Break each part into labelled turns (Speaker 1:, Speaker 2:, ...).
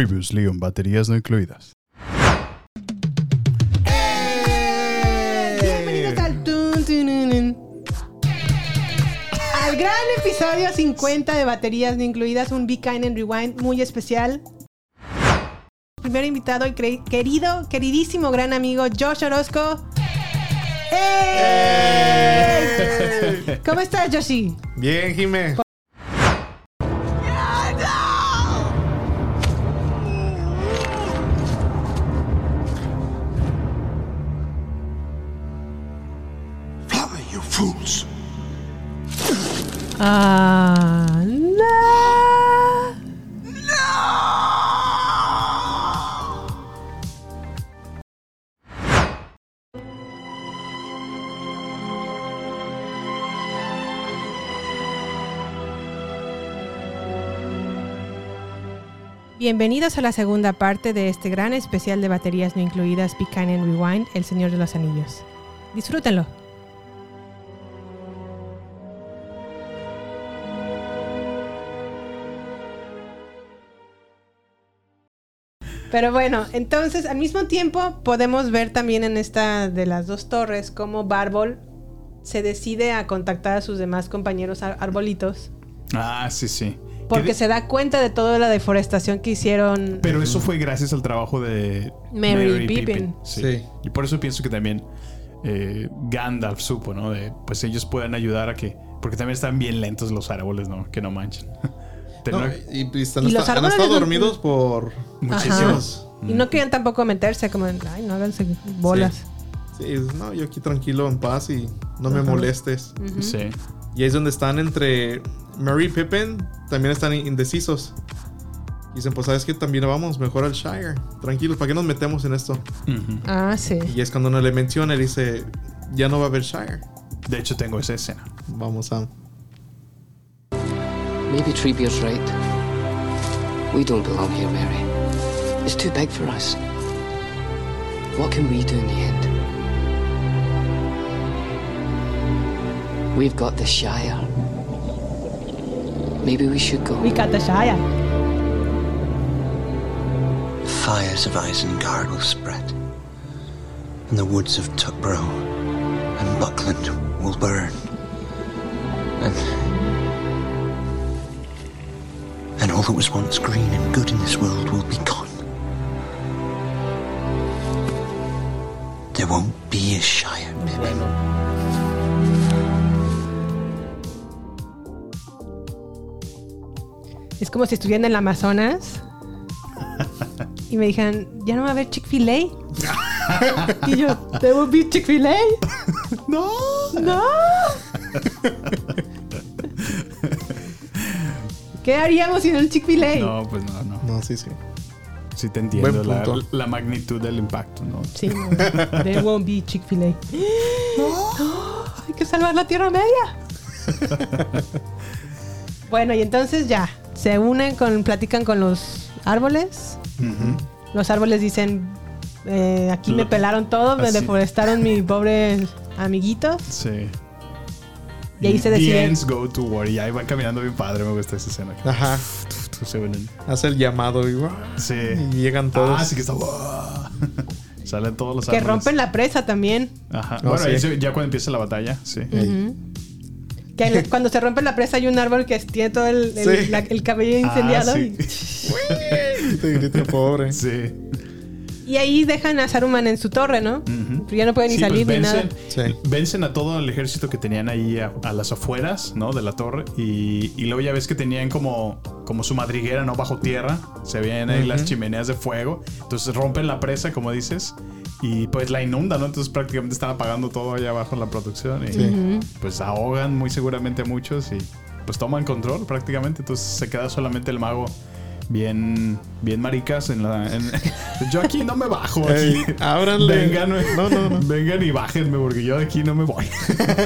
Speaker 1: Previously on baterías no incluidas.
Speaker 2: Bienvenidos al tun, tununun. Al gran episodio 50 de baterías no incluidas, un Be Kind and Rewind muy especial. Primer invitado y cre- querido, queridísimo gran amigo Josh Orozco. ¡Eh! ¿Cómo estás, Joshi?
Speaker 3: Bien, Jimé.
Speaker 2: Ah, no. Bienvenidos a la segunda parte de este gran especial de baterías no incluidas, Be Kind and Rewind, El Señor de los Anillos. Disfrútenlo. Pero bueno, entonces al mismo tiempo podemos ver también en esta de las dos torres cómo Bárbol se decide a contactar a sus demás compañeros ar- arbolitos
Speaker 1: Ah, sí, sí. Que
Speaker 2: porque
Speaker 1: de-
Speaker 2: se da cuenta de toda la deforestación que hicieron
Speaker 1: Pero eso fue gracias al trabajo de
Speaker 2: Mary
Speaker 1: y
Speaker 2: Pippin.
Speaker 1: Sí.
Speaker 3: Sí.
Speaker 1: Y por eso pienso que también eh, Gandalf supo, ¿no? De, pues ellos pueden ayudar a que... Porque también están bien lentos los árboles, ¿no? Que no manchen.
Speaker 3: No, eh,
Speaker 1: Tener-
Speaker 3: y, y están
Speaker 2: Y los
Speaker 3: hasta- han
Speaker 2: árboles
Speaker 3: estado
Speaker 2: no-
Speaker 3: dormidos por muchísimos.
Speaker 2: y no querían tampoco meterse como en, ay no háganse bolas
Speaker 3: Sí, es, no, yo aquí tranquilo, en paz y no me molestes.
Speaker 1: Sí.
Speaker 3: Y ahí es donde están entre Mary y Pippin, también están in- indecisos. Y dicen, pues sabes que también vamos mejor al Shire. Tranquilos, ¿para qué nos metemos en esto?
Speaker 1: Ujú.
Speaker 2: ah sí
Speaker 3: Y es cuando no le menciona, le dice, ya no va a haber Shire.
Speaker 1: De hecho, tengo esa escena.
Speaker 3: Vamos a...
Speaker 4: Maybe Treebeard's right. We don't belong here, Mary. It's too big for us. What can we do in the end? We've got the Shire. Maybe we should go.
Speaker 2: we got the Shire.
Speaker 5: Fires of Isengard will spread, and the woods of Tuckborough and Buckland will burn. And. And all that was once green and good in this world will be gone. There won't be a Shire, Pippin.
Speaker 2: es como si estuvieran en el Amazonas y me dijeran ya no va a haber Chick-fil-A y yo there will be Chick-fil-A
Speaker 1: ¡No!
Speaker 2: ¡No! ¿Qué haríamos sin un Chick-fil-A?
Speaker 1: No, pues no, no.
Speaker 3: No, sí, sí.
Speaker 1: Sí te entiendo
Speaker 3: Buen
Speaker 1: la,
Speaker 3: punto.
Speaker 1: la magnitud del impacto, ¿no?
Speaker 2: Sí, no. There won't be Chick-fil-A. No, Hay que salvar la Tierra Media. bueno, y entonces ya. Se unen con, platican con los árboles. Los árboles dicen, eh, aquí me
Speaker 1: Lo-
Speaker 2: pelaron todo, me
Speaker 1: así.
Speaker 2: deforestaron mis pobres amiguitos.
Speaker 1: Sí.
Speaker 2: Y ahí se
Speaker 1: The
Speaker 2: deciden.
Speaker 1: ends go to war. Y ahí van caminando bien padre. Me gusta esa escena.
Speaker 3: Ajá.
Speaker 1: Se ven en-
Speaker 3: Hace el llamado y,
Speaker 1: Sí.
Speaker 3: y llegan todos.
Speaker 1: Ah, sí que está. Salen todos los
Speaker 2: Que
Speaker 1: árboles.
Speaker 2: rompen la presa también.
Speaker 1: Ajá.
Speaker 3: No,
Speaker 1: bueno,
Speaker 3: Oh, sí. Mm.
Speaker 1: ahí se- ya cuando empieza la batalla, sí.
Speaker 2: Que hay- cuando se rompe la presa hay un árbol que tiene todo el, el-
Speaker 3: Sí.
Speaker 2: la- el cabello incendiado.
Speaker 1: Ah, sí.
Speaker 3: Y te grita, pobre.
Speaker 1: Sí.
Speaker 2: y, y ahí dejan a Saruman en su torre, ¿no? Pero ya no pueden ni
Speaker 1: Sí, pues
Speaker 2: salir ni nada.
Speaker 1: vencen,
Speaker 3: Sí.
Speaker 1: vencen a todo el ejército que tenían ahí a, a las afueras, ¿no? De la torre. Y, y luego ya ves que tenían como, como su madriguera, ¿no? Bajo tierra. Se veían ahí las chimeneas de fuego. Entonces rompen la presa, como dices. Y pues la inundan, ¿no? Entonces prácticamente están apagando todo allá abajo en la producción. Y pues ahogan muy seguramente a muchos y pues toman control prácticamente. Entonces se queda solamente el mago. Bien, bien maricas en la. en- yo aquí no me bajo.
Speaker 3: Ey,
Speaker 1: aquí.
Speaker 3: ábranle.
Speaker 1: Vengan,
Speaker 3: No, no, no.
Speaker 1: Vengan y bájenme porque yo de aquí no me voy.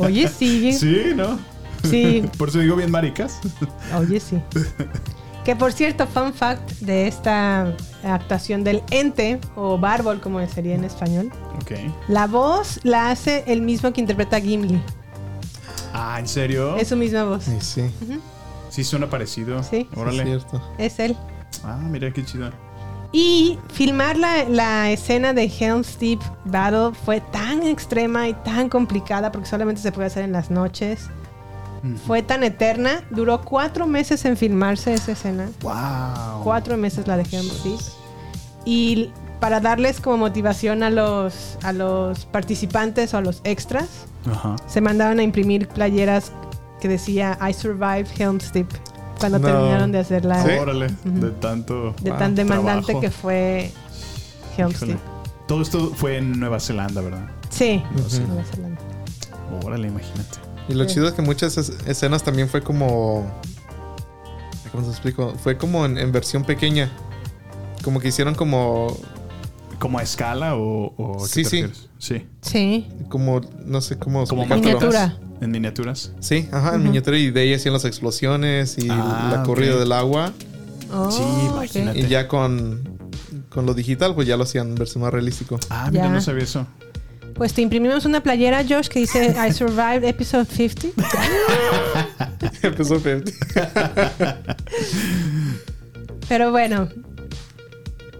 Speaker 2: Oye, sí. sí.
Speaker 1: Sí, ¿no? Por eso digo bien maricas.
Speaker 2: oye, sí. Que por cierto, fun fact de esta actuación del ente, o bárbol como sería en español,
Speaker 1: Ok.
Speaker 2: la voz la hace el mismo que interpreta a Gimli.
Speaker 1: Ah, ¿en serio?
Speaker 2: Es su misma voz.
Speaker 3: Y sí,
Speaker 1: Sí, suena parecido.
Speaker 2: Sí.
Speaker 1: Órale.
Speaker 3: es cierto.
Speaker 2: Es él.
Speaker 1: Ah, mira qué chido.
Speaker 2: Y filmar la, la escena de Helm's Deep Battle fue tan extrema y tan complicada porque solamente se podía hacer en las noches. Fue tan eterna, duró cuatro meses en filmarse esa escena.
Speaker 1: Wow.
Speaker 2: Cuatro meses la de Helm's Deep. Y para darles como motivación a los, a los participantes o a los extras,
Speaker 1: Ajá.
Speaker 2: se mandaron a imprimir playeras que decía I survived Helm's Deep cuando
Speaker 3: No.
Speaker 2: terminaron de hacer la,
Speaker 3: Sí.
Speaker 1: Órale, de tanto.
Speaker 2: Ah, ¿eh? de tan demandante
Speaker 1: trabajo.
Speaker 2: que fue Helm's
Speaker 1: Híjole.
Speaker 2: Deep.
Speaker 1: Todo esto fue en Nueva Zelanda, ¿verdad?
Speaker 2: Sí,
Speaker 3: Ujú.
Speaker 2: Nueva Zelanda.
Speaker 1: Órale, imagínate.
Speaker 3: Y lo chido es que muchas es- escenas también fue como. ¿Cómo se explico? Fue como en, en versión pequeña. Como que hicieron como.
Speaker 1: ¿Como a escala o, o a qué
Speaker 3: Sí,
Speaker 1: te
Speaker 3: sí.
Speaker 1: refieres? Sí.
Speaker 2: Sí,
Speaker 3: Como. No sé cómo.
Speaker 1: Como
Speaker 3: explicártelo.
Speaker 2: miniatura.
Speaker 1: En miniaturas.
Speaker 3: Sí, ajá, en miniatura. Y de ahí hacían las explosiones y
Speaker 1: Ah,
Speaker 3: la corrida
Speaker 1: ok.
Speaker 3: del agua.
Speaker 2: Oh,
Speaker 1: Sí,
Speaker 2: ok.
Speaker 1: imagínate.
Speaker 3: Y ya con. Con lo digital, pues ya lo hacían verse más realístico.
Speaker 1: Ah, mira,
Speaker 2: Ya.
Speaker 1: no sabía eso.
Speaker 2: Pues te imprimimos una playera, Josh, que dice I survived episode 50.
Speaker 3: Empezó Fifty.
Speaker 2: Pero bueno,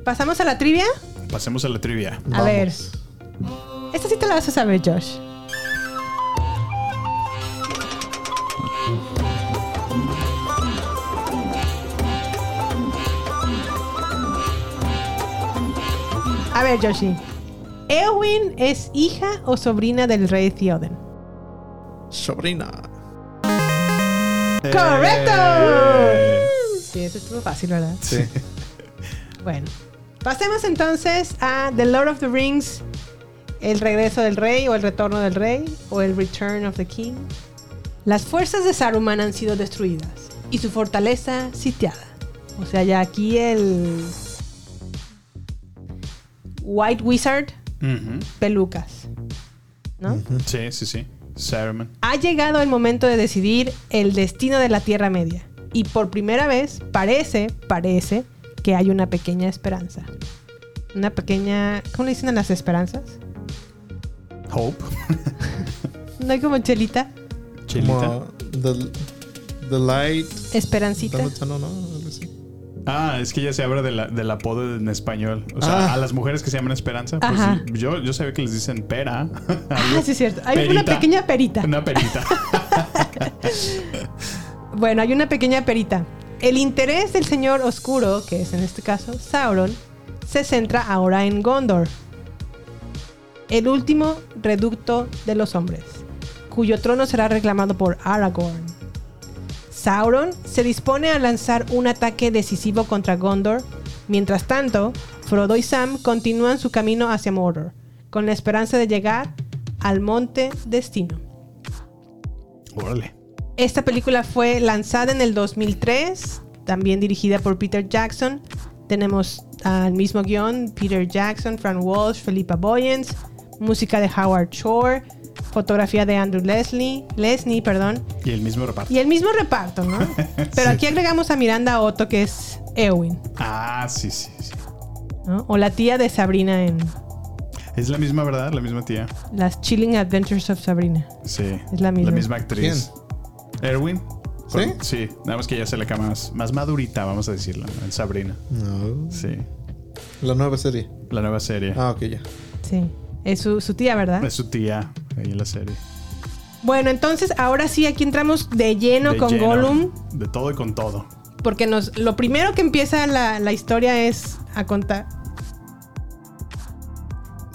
Speaker 2: pasamos a la trivia.
Speaker 1: Pasemos a la trivia.
Speaker 2: A ver, esta sí te la vas a saber, Josh. A ver, Joshi. ¿Eowyn es hija o sobrina del rey Theoden?
Speaker 3: Sobrina.
Speaker 2: ¡Correcto! Sí, eso estuvo fácil, ¿verdad?
Speaker 3: Sí.
Speaker 2: Bueno, pasemos entonces a The Lord of the Rings, el regreso del rey o el retorno del rey o el Return of the King. Las fuerzas de Saruman han sido destruidas y su fortaleza sitiada. O sea, ya aquí el White Wizard
Speaker 1: Ujú.
Speaker 2: pelucas, ¿no?
Speaker 1: Sí, sí, sí. Saruman.
Speaker 2: Ha llegado el momento de decidir el destino de la Tierra Media. Y por primera vez parece, parece que hay una pequeña esperanza. Una pequeña... ¿Cómo le dicen a las esperanzas?
Speaker 1: Hope.
Speaker 2: No hay como chelita.
Speaker 1: Chelita.
Speaker 3: Como. The, the Light.
Speaker 2: Esperancita.
Speaker 3: No, no, algo así.
Speaker 1: Ah, es que ella se habla de la- del apodo en español. O sea,
Speaker 3: Ah.
Speaker 1: a las mujeres que se llaman Esperanza, pues
Speaker 2: Ajá.
Speaker 1: yo, yo sabía que les dicen pera.
Speaker 2: Ah, sí es cierto. Hay una
Speaker 1: Perita.
Speaker 2: pequeña perita.
Speaker 1: Una perita.
Speaker 2: Bueno, hay una pequeña perita. El interés del señor oscuro, que es en este caso Sauron, se centra ahora en Gondor, el último reducto de los hombres, cuyo trono será reclamado por Aragorn. Sauron se dispone a lanzar un ataque decisivo contra Gondor. Mientras tanto, Frodo y Sam continúan su camino hacia Mordor, con la esperanza de llegar al monte destino.
Speaker 1: Órale.
Speaker 2: Esta película fue lanzada en el 2003, también dirigida por Peter Jackson. Tenemos al mismo guión, Peter Jackson, Fran Walsh, Felipa Boyens, música de Howard Shore, fotografía de Andrew Leslie, Lesney, perdón,
Speaker 1: Y el mismo reparto.
Speaker 2: y el mismo reparto, ¿no? Pero aquí agregamos a Miranda Otto, que es Eowyn,
Speaker 1: Ah, sí, sí, sí.
Speaker 2: ¿no? O la tía de Sabrina en
Speaker 1: Es la misma, ¿verdad? La misma tía.
Speaker 2: Las Chilling Adventures of Sabrina.
Speaker 1: Sí.
Speaker 2: Es la misma.
Speaker 1: La misma actriz. Erwin.
Speaker 3: ¿Sí?
Speaker 1: Sí, nada más que ya se le cae más, más madurita, vamos a decirlo, en Sabrina.
Speaker 3: No.
Speaker 1: Sí.
Speaker 3: La nueva serie.
Speaker 1: La nueva serie.
Speaker 3: Ah, ok, ya.
Speaker 2: Sí. Es su, su tía, ¿verdad?
Speaker 1: Es su tía ahí en la serie.
Speaker 2: Bueno, entonces ahora sí, aquí entramos de lleno
Speaker 1: De
Speaker 2: con
Speaker 1: lleno,
Speaker 2: Gollum.
Speaker 1: De todo y con todo.
Speaker 2: Porque nos, lo primero que empieza la, la historia es a contar.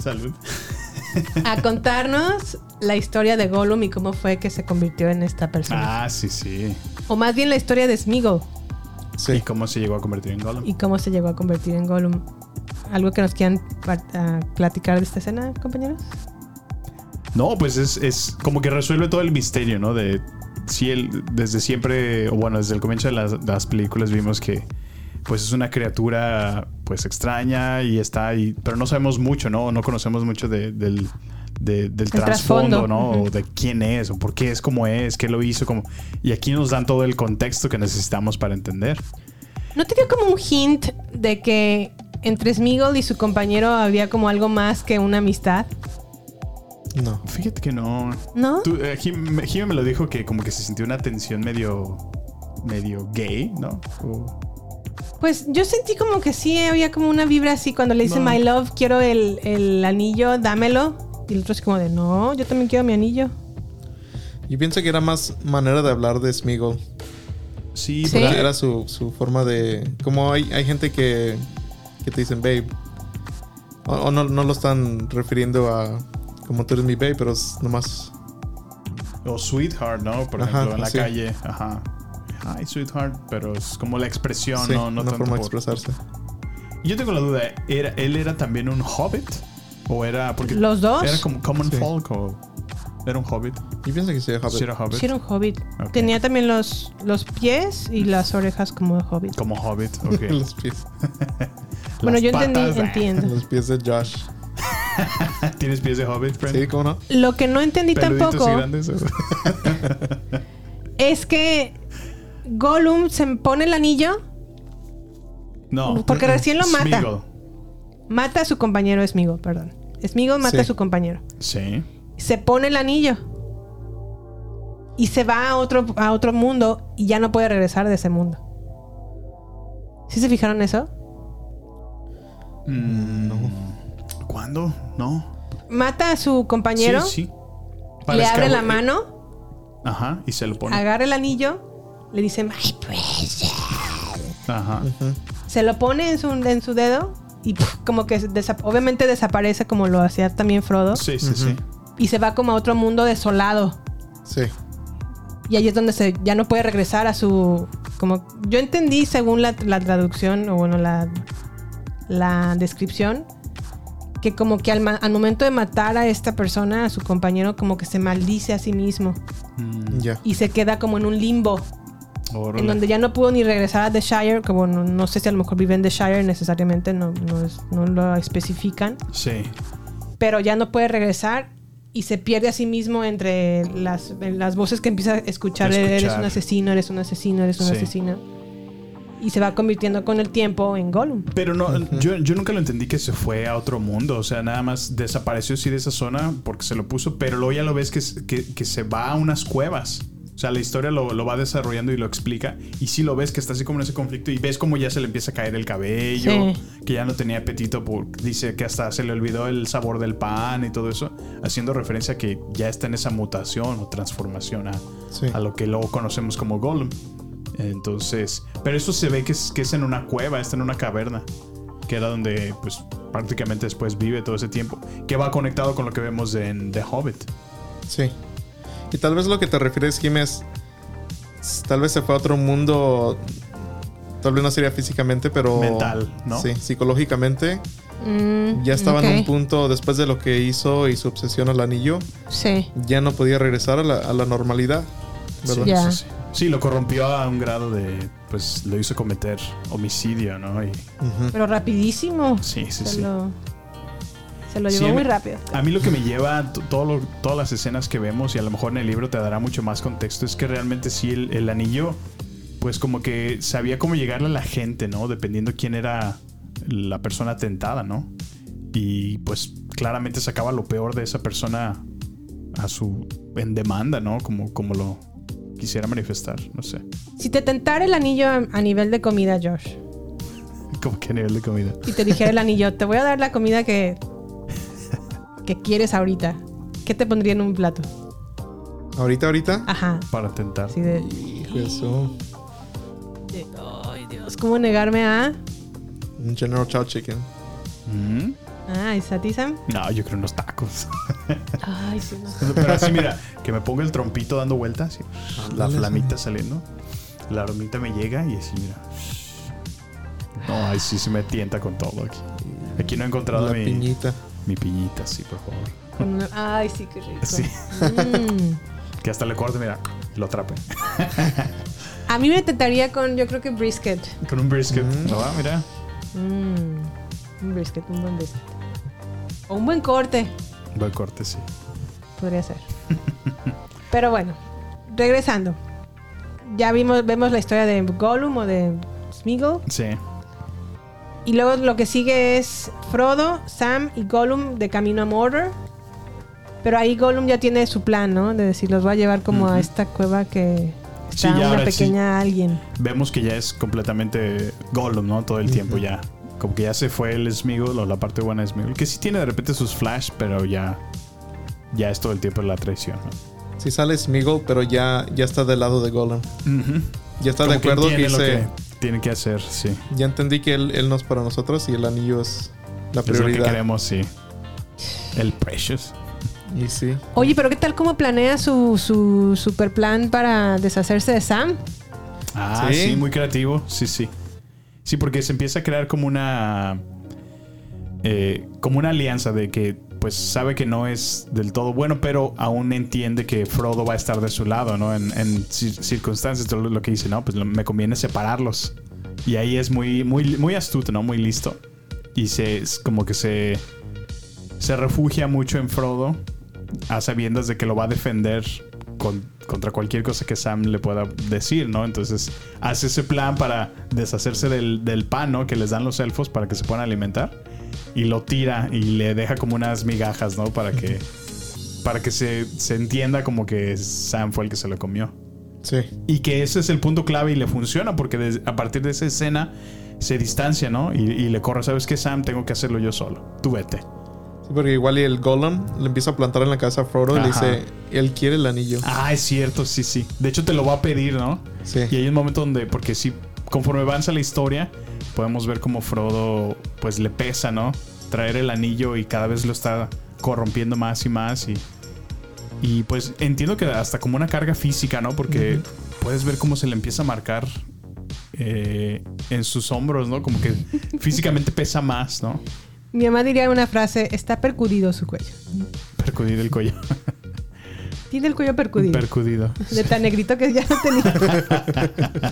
Speaker 1: Salud.
Speaker 2: A contarnos la historia de Gollum y cómo fue que se convirtió en esta persona.
Speaker 1: Ah, sí, sí.
Speaker 2: O más bien la historia de Smeagol
Speaker 1: ¿Y
Speaker 3: Sí.
Speaker 1: cómo se llegó a convertir en Gollum?
Speaker 2: y cómo se llegó a convertir en Gollum. ¿Algo que nos quieran par- ah, platicar de esta escena, compañeros?
Speaker 1: No, pues es, es como que resuelve todo el misterio, ¿no? De si él desde siempre, o bueno, desde el comienzo de las, las películas vimos que pues es una criatura pues extraña y está ahí, pero no sabemos mucho, ¿no? No conocemos mucho de- del, de- del
Speaker 2: trasfondo,
Speaker 1: trasfondo, ¿no?
Speaker 2: ujú.
Speaker 1: O de quién es, o por qué es como es, qué lo hizo, como... Y aquí nos dan todo el contexto que necesitamos para entender.
Speaker 2: ¿No te dio como un hint de que entre Smeagol y su compañero había como algo más que una amistad?
Speaker 3: No.
Speaker 1: Fíjate que no...
Speaker 2: ¿No?
Speaker 1: Tú, eh, Jim, Jim me lo dijo que como que se sintió una tensión medio... medio gay, ¿no? O-
Speaker 2: Pues yo sentí como que sí había como una vibra así cuando le dice My Love, quiero el, el anillo, dámelo. Y el otro es como de no, yo también quiero mi anillo.
Speaker 3: Yo pienso que era más manera de hablar de Smeagol.
Speaker 1: Sí,
Speaker 2: Sí.
Speaker 1: porque-
Speaker 3: Era, era su, su forma de. Como hay, hay gente que, que te dicen babe. O, o no, no lo están refiriendo a como tú eres mi babe, pero es nomás.
Speaker 1: O Sweetheart, ¿no? Por
Speaker 3: Ajá,
Speaker 1: ejemplo, en la
Speaker 3: sí.
Speaker 1: calle. Ajá. Ay, Sweetheart, pero es como la expresión,
Speaker 3: sí,
Speaker 1: ¿no? No
Speaker 3: una
Speaker 1: tanto
Speaker 3: forma de
Speaker 1: por-
Speaker 3: expresarse.
Speaker 1: Yo tengo la duda, ¿era, ¿él era también un hobbit? ¿O era.? Porque
Speaker 2: ¿Los dos?
Speaker 1: Era como Common
Speaker 3: Sí.
Speaker 1: Folk o. ¿Era un hobbit?
Speaker 3: Yo pienso que sí, Hobbit.
Speaker 1: ¿Sí era hobbit?
Speaker 2: Sí, era un hobbit.
Speaker 1: Ok.
Speaker 2: Tenía también los, los pies y las orejas como de hobbit.
Speaker 1: Como hobbit, ok.
Speaker 3: los, pies,
Speaker 2: Bueno,
Speaker 1: Las
Speaker 2: yo entendí,
Speaker 1: patas, ah.
Speaker 2: entiendo.
Speaker 3: los pies de Josh.
Speaker 1: ¿Tienes pies de hobbit, friend?
Speaker 3: Sí, ¿cómo no?
Speaker 2: Lo que no entendí
Speaker 1: Peluditos y
Speaker 2: tampoco
Speaker 1: grandes.
Speaker 2: es que Gollum se pone el anillo,
Speaker 1: no.
Speaker 2: Porque recién lo mata.
Speaker 1: Smeagol.
Speaker 2: mata a su compañero Smigo, perdón. Smigo mata
Speaker 3: Sí.
Speaker 2: a su compañero.
Speaker 1: Sí.
Speaker 2: Se pone el anillo. Y se va a otro, a otro mundo y ya no puede regresar de ese mundo. ¿Sí se fijaron eso?
Speaker 1: ¿Cuándo? No.
Speaker 2: Mata a su compañero,
Speaker 1: Sí, sí.
Speaker 2: le
Speaker 1: Parece que
Speaker 2: abre la
Speaker 1: abro-
Speaker 2: mano.
Speaker 1: Ajá, y se lo eh, pone.
Speaker 2: agarra el anillo, le dice My precious".
Speaker 1: Ajá.
Speaker 2: Se lo pone en su, en su dedo y puf, como que desa- obviamente desaparece como lo hacía también Frodo
Speaker 1: Sí, sí, sí.
Speaker 2: y se va como a otro mundo desolado.
Speaker 3: Sí.
Speaker 2: Y ahí es donde se, ya no puede regresar a su como yo entendí según la, la traducción o bueno la la descripción que como que al, ma- al momento de matar a esta persona, a su compañero, como que se maldice a sí mismo
Speaker 3: Ya.
Speaker 2: y se queda como en un limbo.
Speaker 1: Mm, Órale.
Speaker 2: En donde ya no pudo ni regresar a The Shire, que bueno, no sé si a lo mejor vive en The Shire necesariamente, no, no, es- no lo especifican,
Speaker 1: Sí.
Speaker 2: pero ya no puede regresar y se pierde a sí mismo entre las, en las voces que empieza a escuchar, de,
Speaker 1: Escuchar.
Speaker 2: eres un asesino, eres un asesino, eres un
Speaker 1: Sí.
Speaker 2: asesino. Y se va convirtiendo con el tiempo en Gollum.
Speaker 1: Pero no, yo, yo nunca lo entendí que se fue a otro mundo. O sea, nada más desapareció sí de esa zona porque se lo puso, pero luego ya lo ves que, s- que, que se va a unas cuevas. O sea, la historia lo, lo va desarrollando y lo explica. Y sí lo ves que está así como en ese conflicto y ves como ya se le empieza a caer el cabello,
Speaker 2: Sí.
Speaker 1: que ya no tenía apetito, por, dice que hasta se le olvidó el sabor del pan y todo eso, haciendo referencia a que ya está en esa mutación o transformación a,
Speaker 3: Sí.
Speaker 1: a lo que luego conocemos como Gollum. Entonces, pero eso se ve que es, que es en una cueva, está en una caverna, que era donde pues prácticamente después vive todo ese tiempo, que va conectado con lo que vemos en The Hobbit.
Speaker 3: Sí. Y tal vez lo que te refieres, Jim, es. Tal vez se fue a otro mundo. Tal vez no sería físicamente, pero.
Speaker 1: Mental, ¿no?
Speaker 3: Sí, psicológicamente. Ya estaba en un punto después de lo que hizo y su obsesión al anillo.
Speaker 2: Sí.
Speaker 3: Ya no podía regresar a la, a la normalidad. ¿Verdad?
Speaker 2: Ya.
Speaker 1: Eso sí. Sí, lo corrompió a un grado de pues lo hizo cometer homicidio, ¿no? Y
Speaker 2: Pero rapidísimo.
Speaker 1: sí, sí,
Speaker 2: se,
Speaker 1: sí.
Speaker 2: Lo, se lo
Speaker 1: Sí,
Speaker 2: llevó
Speaker 1: a mí-
Speaker 2: muy rápido.
Speaker 1: A mí lo que me lleva a t- todo lo- todas las escenas que vemos, y a lo mejor en el libro te dará mucho más contexto, es que realmente sí el, el anillo, pues como que sabía cómo llegarle a la gente, ¿no? Dependiendo quién era la persona atentada, ¿no? Y pues claramente sacaba lo peor de esa persona a su en demanda, ¿no? Como, como lo quisiera manifestar, no sé.
Speaker 2: Si te tentara el anillo a, a nivel de comida, Josh,
Speaker 1: Como que a nivel de comida.
Speaker 2: y te dijera el anillo, te voy a dar la comida que, que quieres ahorita, ¿qué te pondría en un plato?
Speaker 3: Ahorita, ahorita.
Speaker 2: Ajá.
Speaker 1: Para tentar.
Speaker 2: Así de,
Speaker 3: Hijo de su-
Speaker 2: de, ay Dios, ¿cómo negarme a...
Speaker 3: Un General Chow Chicken.
Speaker 1: Mm.
Speaker 2: Ah, ¿y Satizam?
Speaker 1: No, yo creo unos tacos.
Speaker 2: Ay, sí, no.
Speaker 1: Pero así, mira, que me ponga el trompito dando vueltas, y pues, la
Speaker 3: Ándale,
Speaker 1: flamita saliendo, la hormita me llega y así, mira. No, ahí sí se me tienta con todo aquí. Aquí no he encontrado
Speaker 3: La
Speaker 1: mi,
Speaker 3: piñita.
Speaker 1: mi piñita, sí, por favor.
Speaker 2: Con una- Ay, sí, qué rico.
Speaker 1: Sí,
Speaker 2: Mm.
Speaker 1: que hasta le corte, mira, lo atrape.
Speaker 2: A mí me tentaría con, yo creo que brisket.
Speaker 1: Con un brisket. No,
Speaker 3: Ah.
Speaker 1: va, mira.
Speaker 2: Mm. Un brisket, un buen brisket. O un buen corte,
Speaker 1: Buen corte, sí.
Speaker 2: podría ser. Pero bueno, regresando. Ya vimos, vemos la historia de Gollum o de Smeagol.
Speaker 1: Sí.
Speaker 2: Y luego lo que sigue es Frodo, Sam y Gollum de camino a Mordor. Pero ahí Gollum ya tiene su plan, ¿no? De decir, los voy a llevar como a esta cueva que
Speaker 1: Sí,
Speaker 2: Está
Speaker 1: ya
Speaker 2: una
Speaker 1: ahora sí.
Speaker 2: pequeña alguien.
Speaker 1: Vemos que ya es completamente Gollum, ¿no? Todo el tiempo ya. Como que ya se fue el Smeagol o la parte buena de Smeagol. Que sí tiene de repente sus flash, pero ya. Ya es todo el tiempo la traición, ¿no?
Speaker 3: Sí sale Smeagol, pero ya, ya está del lado de Golem. Ya está
Speaker 1: Como
Speaker 3: de acuerdo que,
Speaker 1: entiende lo
Speaker 3: dice,
Speaker 1: que tiene que hacer, sí.
Speaker 3: ya entendí que él, él no es para nosotros y el anillo es la
Speaker 1: Es lo que
Speaker 3: prioridad.
Speaker 1: queremos, sí. El Precious.
Speaker 3: y sí.
Speaker 2: Oye, pero ¿qué tal cómo planea su, su super plan para deshacerse de Sam?
Speaker 1: Ah,
Speaker 3: Sí.
Speaker 1: sí, muy creativo. Sí, sí. Sí, porque se empieza a crear como una. eh, como una alianza de que, pues, sabe que no es del todo bueno, pero aún entiende que Frodo va a estar de su lado, ¿no? En, en cir- circunstancias, todo lo que dice, no, pues lo- me conviene separarlos. Y ahí es muy, muy, muy astuto, ¿no? Muy listo. Y se, es como que se. Se refugia mucho en Frodo, a sabiendas de que lo va a defender con- contra cualquier cosa que Sam le pueda decir, ¿no? Entonces hace ese plan para deshacerse del, del pan, ¿no? Que les dan los elfos para que se puedan alimentar. Y lo tira y le deja como unas migajas, ¿no? Para que, para que se, se entienda como que Sam fue el que se lo comió.
Speaker 3: Sí.
Speaker 1: Y que ese es el punto clave y le funciona porque des- a partir de esa escena se distancia, ¿no? Y, y le corre, ¿sabes qué, Sam? Tengo que hacerlo yo solo. Tú vete.
Speaker 3: Sí, porque igual y el Golem le empieza a plantar en la cabeza a Frodo y le
Speaker 1: Ajá.
Speaker 3: dice, él quiere el anillo.
Speaker 1: Ah, es cierto, sí, sí. De hecho, te lo va a pedir, ¿no?
Speaker 3: Sí.
Speaker 1: Y hay un momento donde, porque sí, conforme avanza la historia, podemos ver cómo Frodo, pues le pesa, ¿no? Traer el anillo y cada vez lo está corrompiendo más y más. Y, y pues entiendo que hasta como una carga física, ¿no? Porque puedes ver cómo se le empieza a marcar eh, en sus hombros, ¿no? Como que físicamente pesa más, ¿no?
Speaker 2: Mi mamá diría una frase, está percudido su cuello.
Speaker 1: Percudir el cuello.
Speaker 2: Tiene el cuello percudido.
Speaker 1: Percudido.
Speaker 2: de tan negrito que ya no tenía.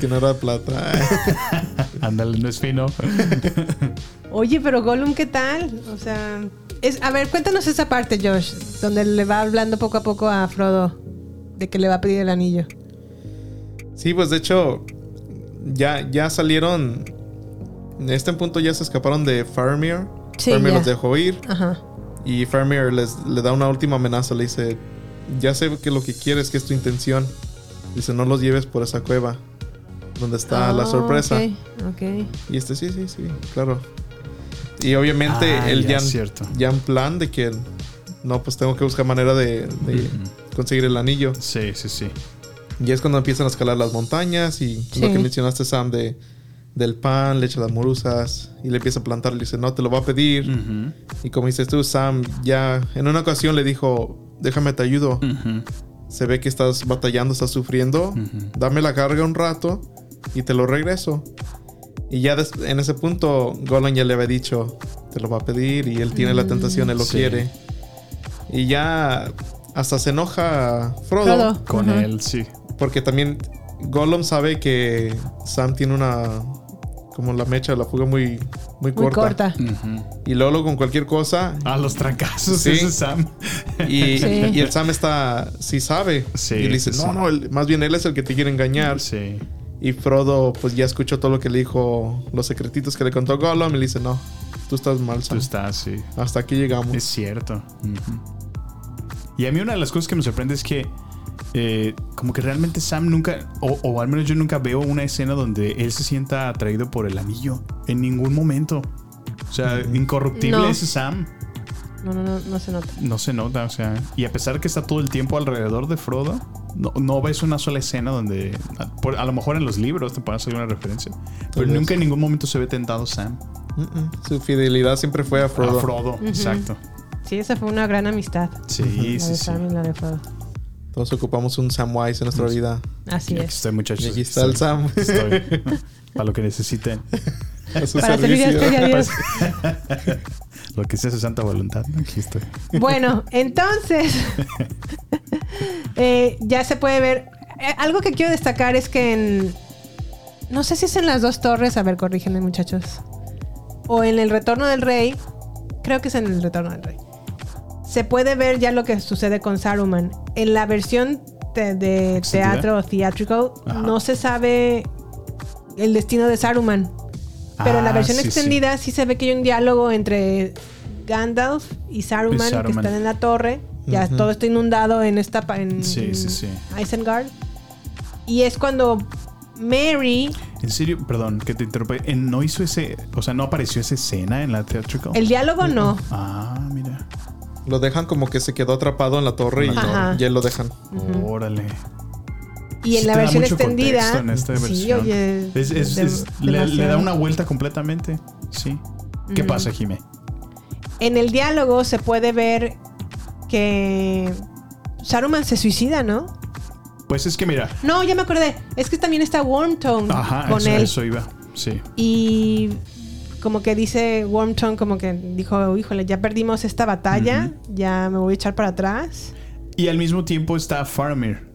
Speaker 3: Que no era de plata.
Speaker 1: Ándale, no es fino.
Speaker 2: Oye, pero Gollum, ¿qué tal? O sea, es, a ver, cuéntanos esa parte, Josh, donde le va hablando poco a poco a Frodo de que le va a pedir el anillo.
Speaker 3: Sí, pues de hecho, ya, ya salieron. En este punto ya se escaparon de Faramir.
Speaker 2: Sí,
Speaker 3: Faramir
Speaker 2: ya.
Speaker 3: los dejó ir.
Speaker 2: Ajá.
Speaker 3: Y Faramir les, le da una última amenaza. Le dice: Ya sé que lo que quieres, que es tu intención. Dice: No los lleves por esa cueva. Donde está la
Speaker 2: Ah,
Speaker 3: sorpresa.
Speaker 2: ok, ok.
Speaker 3: Y este, sí, sí, sí, claro. Y obviamente
Speaker 1: Ah,
Speaker 3: el
Speaker 1: ya,
Speaker 3: ya,
Speaker 1: cierto.
Speaker 3: ya en plan de que. No, pues tengo que buscar manera de, de conseguir el anillo.
Speaker 1: Sí, sí, sí.
Speaker 3: Y es cuando empiezan a escalar las montañas y
Speaker 2: Sí.
Speaker 3: lo que mencionaste, Sam, de, del pan, leche de morusas y le empieza a plantar, le dice, no, te lo va a pedir.
Speaker 1: Ujú,
Speaker 3: Y como dices tú, Sam ya en una ocasión le dijo, déjame te ayudo,
Speaker 1: ujú.
Speaker 3: se ve que estás batallando, estás sufriendo,
Speaker 1: Mm.
Speaker 3: dame la carga un rato y te lo regreso. Y ya des- en ese punto, Golan ya le había dicho, te lo va a pedir y él
Speaker 2: Mm,
Speaker 3: tiene la tentación, él lo
Speaker 1: Sí.
Speaker 3: quiere. Y ya hasta se enoja
Speaker 2: Frodo.
Speaker 1: Con
Speaker 2: Ajá.
Speaker 1: él, sí.
Speaker 3: Porque también Gollum sabe que Sam tiene una. Como la mecha de la fuga muy,
Speaker 2: Muy
Speaker 3: muy, corta.
Speaker 2: corta.
Speaker 3: Y Lolo con cualquier cosa.
Speaker 1: A los trancazos,
Speaker 3: Sí.
Speaker 1: ese Sam.
Speaker 3: Y,
Speaker 2: Sí.
Speaker 3: y el Sam está. Sí sabe.
Speaker 1: Sí,
Speaker 3: y le dice:
Speaker 1: sí,
Speaker 3: No,
Speaker 1: sí.
Speaker 3: no, él- más bien él es el que te quiere engañar.
Speaker 1: Sí.
Speaker 3: Y Frodo, pues ya escuchó todo lo que le dijo. Los secretitos que le contó Gollum. Y le dice: No, tú estás mal,
Speaker 1: Tú
Speaker 3: Sam.
Speaker 1: estás, sí.
Speaker 3: Hasta aquí llegamos.
Speaker 1: Es cierto. Ujú. Y a mí una de las cosas que me sorprende es que eh, como que realmente Sam nunca, o, o al menos yo nunca veo una escena donde él se sienta atraído por el anillo. En ningún momento. O sea, incorruptible
Speaker 2: No.
Speaker 1: ese Sam.
Speaker 2: No, no, no, no se nota.
Speaker 1: No se nota, o sea. Y a pesar que está todo el tiempo alrededor de Frodo, no, no ves una sola escena donde. A, por- a lo mejor en los libros te pueden hacer una referencia. Pero
Speaker 3: vez.
Speaker 1: nunca en ningún momento se ve tentado Sam.
Speaker 3: Mm, mm. Su fidelidad siempre fue a Frodo.
Speaker 1: A Frodo, exacto.
Speaker 2: Sí, esa fue una gran amistad.
Speaker 1: Sí,
Speaker 2: la
Speaker 1: sí,
Speaker 2: de
Speaker 1: sí.
Speaker 2: Sam y la de Frodo.
Speaker 3: Todos ocupamos un Samwise en nuestra vida.
Speaker 2: Así
Speaker 1: Aquí
Speaker 2: es.
Speaker 1: estoy, muchachos.
Speaker 3: Y aquí está el Sam.
Speaker 1: Estoy. Para lo que necesiten.
Speaker 3: A su
Speaker 2: Para servir a
Speaker 3: servicio.
Speaker 2: este y a Dios.
Speaker 1: Lo que sea su santa voluntad. Aquí estoy.
Speaker 2: Bueno, entonces eh, ya se puede ver. Eh, algo que quiero destacar es que en. No sé si es en las dos torres, a ver, corrígenme, muchachos. O en el retorno del rey. Creo que es en el retorno del rey. Se puede ver ya lo que sucede con Saruman. En la versión te- de
Speaker 1: Extendida.
Speaker 2: teatro o theatrical,
Speaker 1: Ajá.
Speaker 2: no se sabe el destino de Saruman. Pero en la
Speaker 1: Ah,
Speaker 2: versión
Speaker 1: sí, sí.
Speaker 2: extendida sí. se ve que hay un diálogo entre Gandalf y Saruman,
Speaker 1: Y Saruman.
Speaker 2: que están en la torre. Ya todo está inundado en esta. pa- En,
Speaker 1: Sí, sí, sí.
Speaker 2: en Isengard. Y es cuando Mary,
Speaker 1: En serio, perdón, que te interrumpe. en- No hizo ese. O sea, no apareció esa escena en la theatrical.
Speaker 2: el diálogo no.
Speaker 1: Ah, mira.
Speaker 3: Lo dejan como que se quedó atrapado en la torre y,
Speaker 2: la torre.
Speaker 3: y él lo dejan.
Speaker 1: Órale.
Speaker 2: Y en
Speaker 1: Sí
Speaker 2: la
Speaker 1: te da
Speaker 2: versión
Speaker 1: mucho
Speaker 2: extendida.
Speaker 1: contexto en esta
Speaker 2: Sí,
Speaker 1: versión.
Speaker 2: oye.
Speaker 1: Es- es-
Speaker 2: de-
Speaker 1: es- le, le da
Speaker 2: demasiado.
Speaker 1: una vuelta completamente. Sí. ¿Qué pasa, Jimé?
Speaker 2: En el diálogo se puede ver que Saruman se suicida, ¿no?
Speaker 1: Pues es que mira.
Speaker 2: No, ya me acordé. Es que también está Wormtongue
Speaker 1: Ajá,
Speaker 2: con
Speaker 1: eso,
Speaker 2: él.
Speaker 1: eso iba. Sí.
Speaker 2: Y como que dice Wormtongue, como que dijo, híjole, ya perdimos esta batalla, ya me voy a echar para atrás.
Speaker 1: Y al mismo tiempo está Faramir,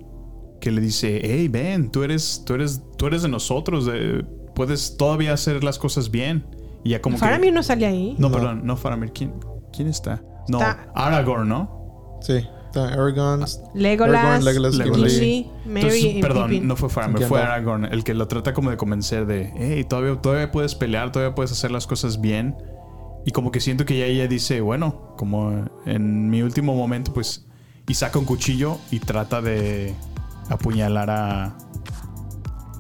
Speaker 1: que le dice, hey, ven, tú eres, tú eres, tú eres de nosotros, de- puedes todavía hacer las cosas bien. Y ya como que-
Speaker 2: Faramir no sale ahí.
Speaker 1: No, perdón, no Faramir, ¿quién, quién está? No,
Speaker 2: Está-
Speaker 1: Aragorn, ¿no?
Speaker 3: Sí. Está Aragorn.
Speaker 1: Ah,
Speaker 2: Legolas,
Speaker 3: Aragorn, Legolas,
Speaker 1: Legolas.
Speaker 2: Gimli, Mary
Speaker 1: Entonces,
Speaker 2: y
Speaker 1: perdón,
Speaker 2: Pippin.
Speaker 1: no fue Faramir,
Speaker 3: Ya
Speaker 1: fue
Speaker 3: no.
Speaker 1: Aragorn, el que lo trata como de convencer de, hey, todavía, todavía puedes pelear, todavía puedes hacer las cosas bien. Y como que siento que ya ella dice, bueno, como en mi último momento, pues, y saca un cuchillo y trata de apuñalar a,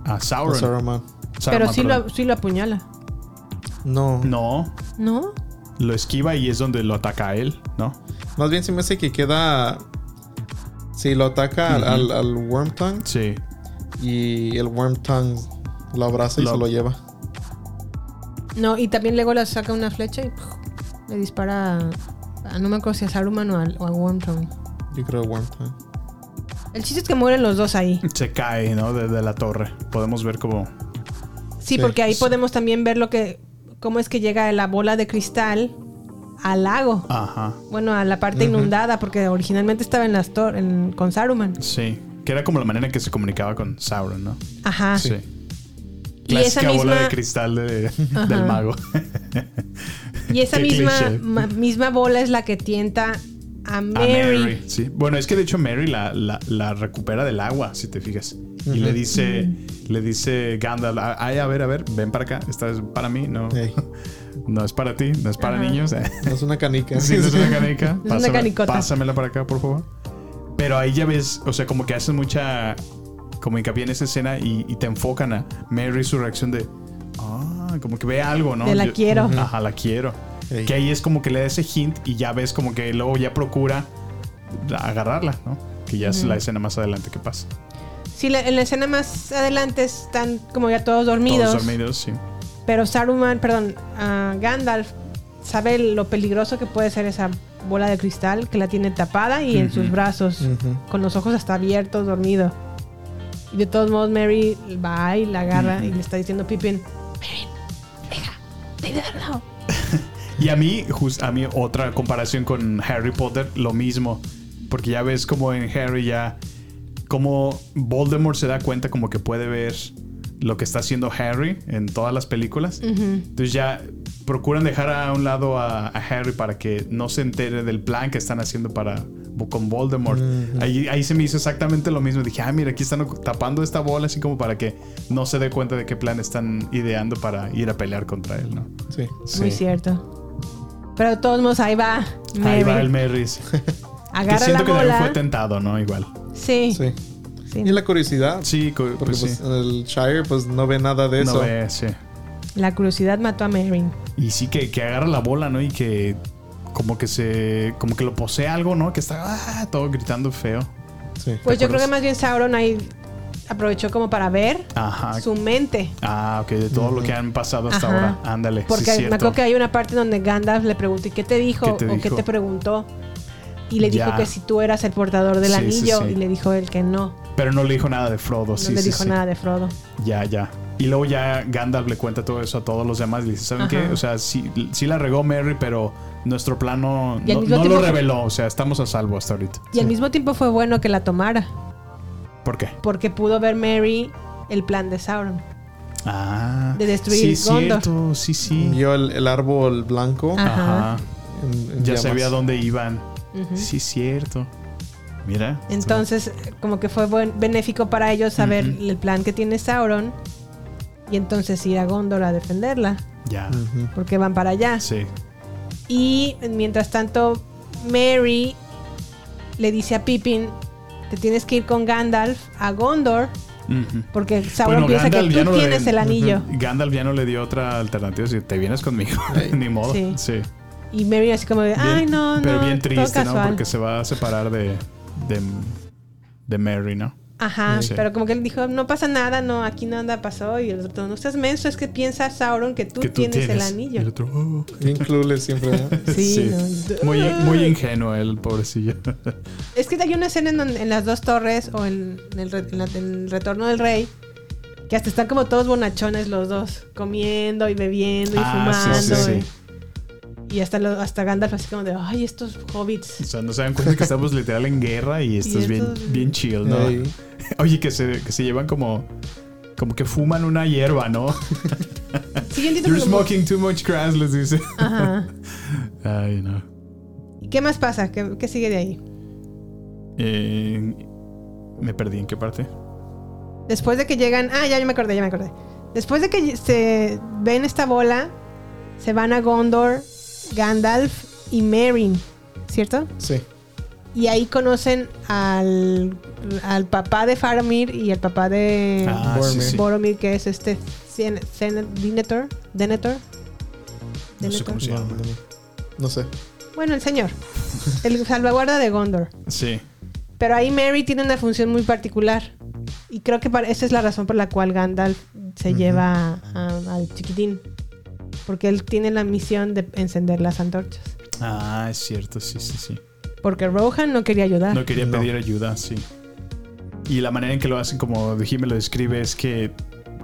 Speaker 1: a Sauron.
Speaker 3: Saruman.
Speaker 2: Pero
Speaker 1: Saruman,
Speaker 2: sí lo,
Speaker 1: perdón.
Speaker 2: sí lo apuñala.
Speaker 3: No.
Speaker 1: No,
Speaker 2: ¿No?
Speaker 1: lo esquiva y es donde lo ataca a él, ¿no?
Speaker 3: Más bien se me hace que queda. Si lo ataca al- al, al Wormtongue
Speaker 1: Sí.
Speaker 3: y el Wormtongue lo abraza y
Speaker 1: Lo-
Speaker 3: se lo lleva.
Speaker 2: No, y también Legolas saca una flecha y puf, le dispara a, no me acuerdo si a Saruman o, al- o a Wormtongue.
Speaker 3: Yo creo Wormtongue.
Speaker 2: El chiste es que mueren los dos ahí.
Speaker 1: Se cae, ¿no? Desde la torre. Podemos ver como...
Speaker 2: Sí,
Speaker 3: Sí,
Speaker 2: porque ahí
Speaker 3: sí.
Speaker 2: podemos también ver lo que cómo es que llega la bola de cristal al lago.
Speaker 1: Ajá.
Speaker 2: Bueno, a la parte inundada, porque originalmente estaba en las tor en- con Saruman.
Speaker 1: Sí. Que era como la manera en que se comunicaba con Sauron, ¿no?
Speaker 2: Ajá.
Speaker 1: Sí.
Speaker 2: Ah. Y
Speaker 1: Clásica
Speaker 2: esa
Speaker 1: bola
Speaker 2: misma-
Speaker 1: de cristal de- del mago.
Speaker 2: Y esa
Speaker 1: Qué
Speaker 2: misma,
Speaker 1: cliché.
Speaker 2: ma- misma bola es la que tienta a
Speaker 1: A
Speaker 2: Mary.
Speaker 1: Mary. Sí. Bueno, es que de hecho Mary la, la- la recupera del agua, si te fijas. Y le dice,
Speaker 2: Mm.
Speaker 1: le dice Gandalf, ay, a ver, a ver, ven para acá. Esta es para mí, no,
Speaker 3: Ey,
Speaker 1: no es para ti, no es para niños. eh".
Speaker 3: es una canica.
Speaker 1: Sí, no es una canica.
Speaker 2: una canicota.
Speaker 1: Pásamela para acá, por favor. Pero ahí ya ves, o sea, como que hacen mucha. Como hincapié en esa escena y, y te enfocan a Mary su reacción de. Ah, como que ve algo, ¿no?
Speaker 2: De la quiero.
Speaker 1: Ajá, la quiero.
Speaker 3: Ey.
Speaker 1: Que ahí es como que le da ese hint y ya ves como que luego ya procura agarrarla, ¿no? Que ya es la escena más adelante que pasa.
Speaker 2: Sí, la- en la escena más adelante están como ya todos dormidos.
Speaker 1: Todos dormidos, sí.
Speaker 2: Pero Saruman, perdón, ah, Gandalf sabe lo peligroso que puede ser esa bola de cristal que la tiene tapada y en sus brazos, con los ojos hasta abiertos, dormido. Y de todos modos, Mary va y la agarra y le está diciendo Pippin,
Speaker 1: Y a mí, jus- a mí otra comparación con Harry Potter, lo mismo. Porque ya ves como en Harry ya, como Voldemort se da cuenta como que puede ver lo que está haciendo Harry en todas las películas. Entonces ya procuran dejar a un lado a, a Harry para que no se entere del plan que están haciendo para con Voldemort. ahí, ahí se me hizo exactamente lo mismo. Dije, ah, mira, aquí están tapando esta bola así como para que no se dé cuenta de qué plan están ideando para ir a pelear contra él, ¿no?
Speaker 3: Sí.
Speaker 2: muy
Speaker 1: Sí.
Speaker 2: cierto. Pero de todos modos, ahí va Mary.
Speaker 1: Ahí va el Merris. que
Speaker 2: agarra la
Speaker 1: siento que también fue
Speaker 2: bola.
Speaker 1: tentado, ¿no? Igual.
Speaker 2: sí,
Speaker 3: Sí.
Speaker 2: sí.
Speaker 3: Y la curiosidad.
Speaker 1: Sí, co-
Speaker 3: Porque
Speaker 1: pues,
Speaker 3: pues,
Speaker 1: sí.
Speaker 3: en el Shire pues no ve nada de eso.
Speaker 1: No ve, sí.
Speaker 2: La curiosidad mató a Mary.
Speaker 1: Y sí que, que agarra la bola, ¿no? Y que como que se. como que lo posee algo, ¿no? Que está ah, todo gritando feo.
Speaker 3: Sí.
Speaker 2: Pues yo creo
Speaker 1: acuerdas?
Speaker 2: que más bien Sauron ahí aprovechó como para ver
Speaker 1: Ajá.
Speaker 2: su mente.
Speaker 1: Ah, ok, de todo lo que han pasado hasta
Speaker 2: Ajá.
Speaker 1: ahora. Ándale. sí,
Speaker 2: Porque me
Speaker 1: cierto.
Speaker 2: acuerdo que hay una parte donde Gandalf le pregunta, ¿y qué te dijo?
Speaker 1: ¿Qué te
Speaker 2: ¿O qué
Speaker 1: dijo?
Speaker 2: te preguntó? Y le dijo
Speaker 1: Ya.
Speaker 2: que si tú eras el portador
Speaker 1: Sí,
Speaker 2: del
Speaker 1: sí,
Speaker 2: anillo.
Speaker 1: sí.
Speaker 2: Y le dijo él que no.
Speaker 1: Pero no le dijo nada de Frodo,
Speaker 2: No
Speaker 1: sí.
Speaker 2: le
Speaker 1: sí,
Speaker 2: dijo
Speaker 1: sí.
Speaker 2: nada de Frodo.
Speaker 1: Ya, ya. Y luego ya Gandalf le cuenta todo eso a todos los demás. Y le dice, ¿saben
Speaker 2: Ajá.
Speaker 1: qué? O sea, sí, sí la regó Merry, pero nuestro plano
Speaker 2: Y al
Speaker 1: no,
Speaker 2: mismo
Speaker 1: no lo
Speaker 2: tiempo-
Speaker 1: reveló. O sea, estamos a salvo hasta ahorita.
Speaker 2: Y al mismo tiempo fue bueno que la tomara.
Speaker 1: ¿Por qué?
Speaker 2: Porque pudo ver Mary el plan de Sauron.
Speaker 1: Ah,
Speaker 2: De destruir
Speaker 1: sí, es
Speaker 2: Gondor.
Speaker 1: cierto, sí, sí.
Speaker 3: Vio el, el árbol blanco.
Speaker 2: Ah.
Speaker 1: Ajá.
Speaker 2: Ajá.
Speaker 3: en- en
Speaker 1: Ya
Speaker 3: llamas.
Speaker 1: sabía dónde iban. Sí, es cierto. Mira.
Speaker 2: Entonces, como que fue buen- benéfico para ellos saber el plan que tiene Sauron. Y entonces ir a Gondor a defenderla.
Speaker 1: Ya.
Speaker 3: Mm.
Speaker 2: Porque van para allá.
Speaker 1: Sí.
Speaker 2: Y mientras tanto, Mary le dice a Pippin, te tienes que ir con Gandalf a Gondor, porque Sauron
Speaker 1: Bueno,
Speaker 2: piensa
Speaker 1: Gandalf
Speaker 2: que
Speaker 1: ya
Speaker 2: tú
Speaker 1: no le-
Speaker 2: tienes el anillo.
Speaker 1: Gandalf ya no le dio otra alternativa. Si te vienes conmigo, ni modo.
Speaker 2: Sí.
Speaker 1: Sí.
Speaker 2: Y Mary así como de, ay,
Speaker 1: Bien-
Speaker 2: no, no,
Speaker 1: Pero bien
Speaker 2: todo
Speaker 1: triste, ¿no?
Speaker 2: casual".
Speaker 1: Porque se va a separar de, de, de Mary, ¿no?
Speaker 2: Ajá,
Speaker 1: Sí.
Speaker 2: pero como que él dijo, no pasa nada, no, aquí no anda pasó. Y el otro, no seas menso, es que piensa Sauron que tú,
Speaker 1: que tú
Speaker 2: tienes,
Speaker 1: tienes,
Speaker 2: el
Speaker 1: Y el
Speaker 2: anillo.
Speaker 1: otro, "Oh".
Speaker 3: Bien clueless siempre.
Speaker 2: Sí,
Speaker 3: ¿no?
Speaker 1: Sí.
Speaker 2: no.
Speaker 1: Muy, muy ingenuo él, pobrecillo.
Speaker 2: Es que hay una escena en, donde- en las dos torres o en, en el, re- en la- en el retorno del rey que hasta están como todos bonachones los dos, comiendo y bebiendo y
Speaker 1: Ah, sí,
Speaker 2: fumando.
Speaker 1: sí, sí.
Speaker 2: Y, y hasta, lo- hasta Gandalf así como de, ay, estos hobbits.
Speaker 1: O sea, no se dan cuenta que estamos literal en guerra y estás bien,
Speaker 2: estos-
Speaker 1: bien chill, ¿no?
Speaker 3: Ey.
Speaker 1: Oye, que se, que se llevan como. Como que fuman una hierba, ¿no?
Speaker 2: Sí, yo entiendo
Speaker 1: You're
Speaker 2: como-
Speaker 1: smoking too much grass, les dice.
Speaker 2: Ajá.
Speaker 1: Ay, no.
Speaker 2: ¿Y qué más pasa? ¿Qué, qué sigue de ahí?
Speaker 1: Eh, me perdí en qué parte.
Speaker 2: Después de que llegan. Ah, ya, ya me acordé, ya me acordé. Después de que se ven esta bola, se van a Gondor, Gandalf y Merrin, ¿cierto?
Speaker 3: Sí.
Speaker 2: Y ahí conocen al, al papá de Faramir y al papá de
Speaker 1: Ah, sí,
Speaker 3: Boromir.
Speaker 1: sí.
Speaker 2: Boromir, que es este Cien- Cen- Denethor. Denethor.
Speaker 1: No sé
Speaker 2: Denethor.
Speaker 1: cómo se
Speaker 3: No,
Speaker 1: llama.
Speaker 3: no, no sé.
Speaker 2: Bueno, el señor. El salvaguarda de Gondor.
Speaker 1: Sí.
Speaker 2: Pero ahí Mary tiene una función muy particular. Y creo que para- esa es la razón por la cual Gandalf se lleva a- al chiquitín. Porque él tiene la misión de encender las antorchas.
Speaker 1: Ah, es cierto, sí, sí, sí.
Speaker 2: Porque Rohan no quería ayudar.
Speaker 1: No quería
Speaker 3: No.
Speaker 1: pedir ayuda, sí. Y la manera en que lo hacen, como Jimmy lo describe, es que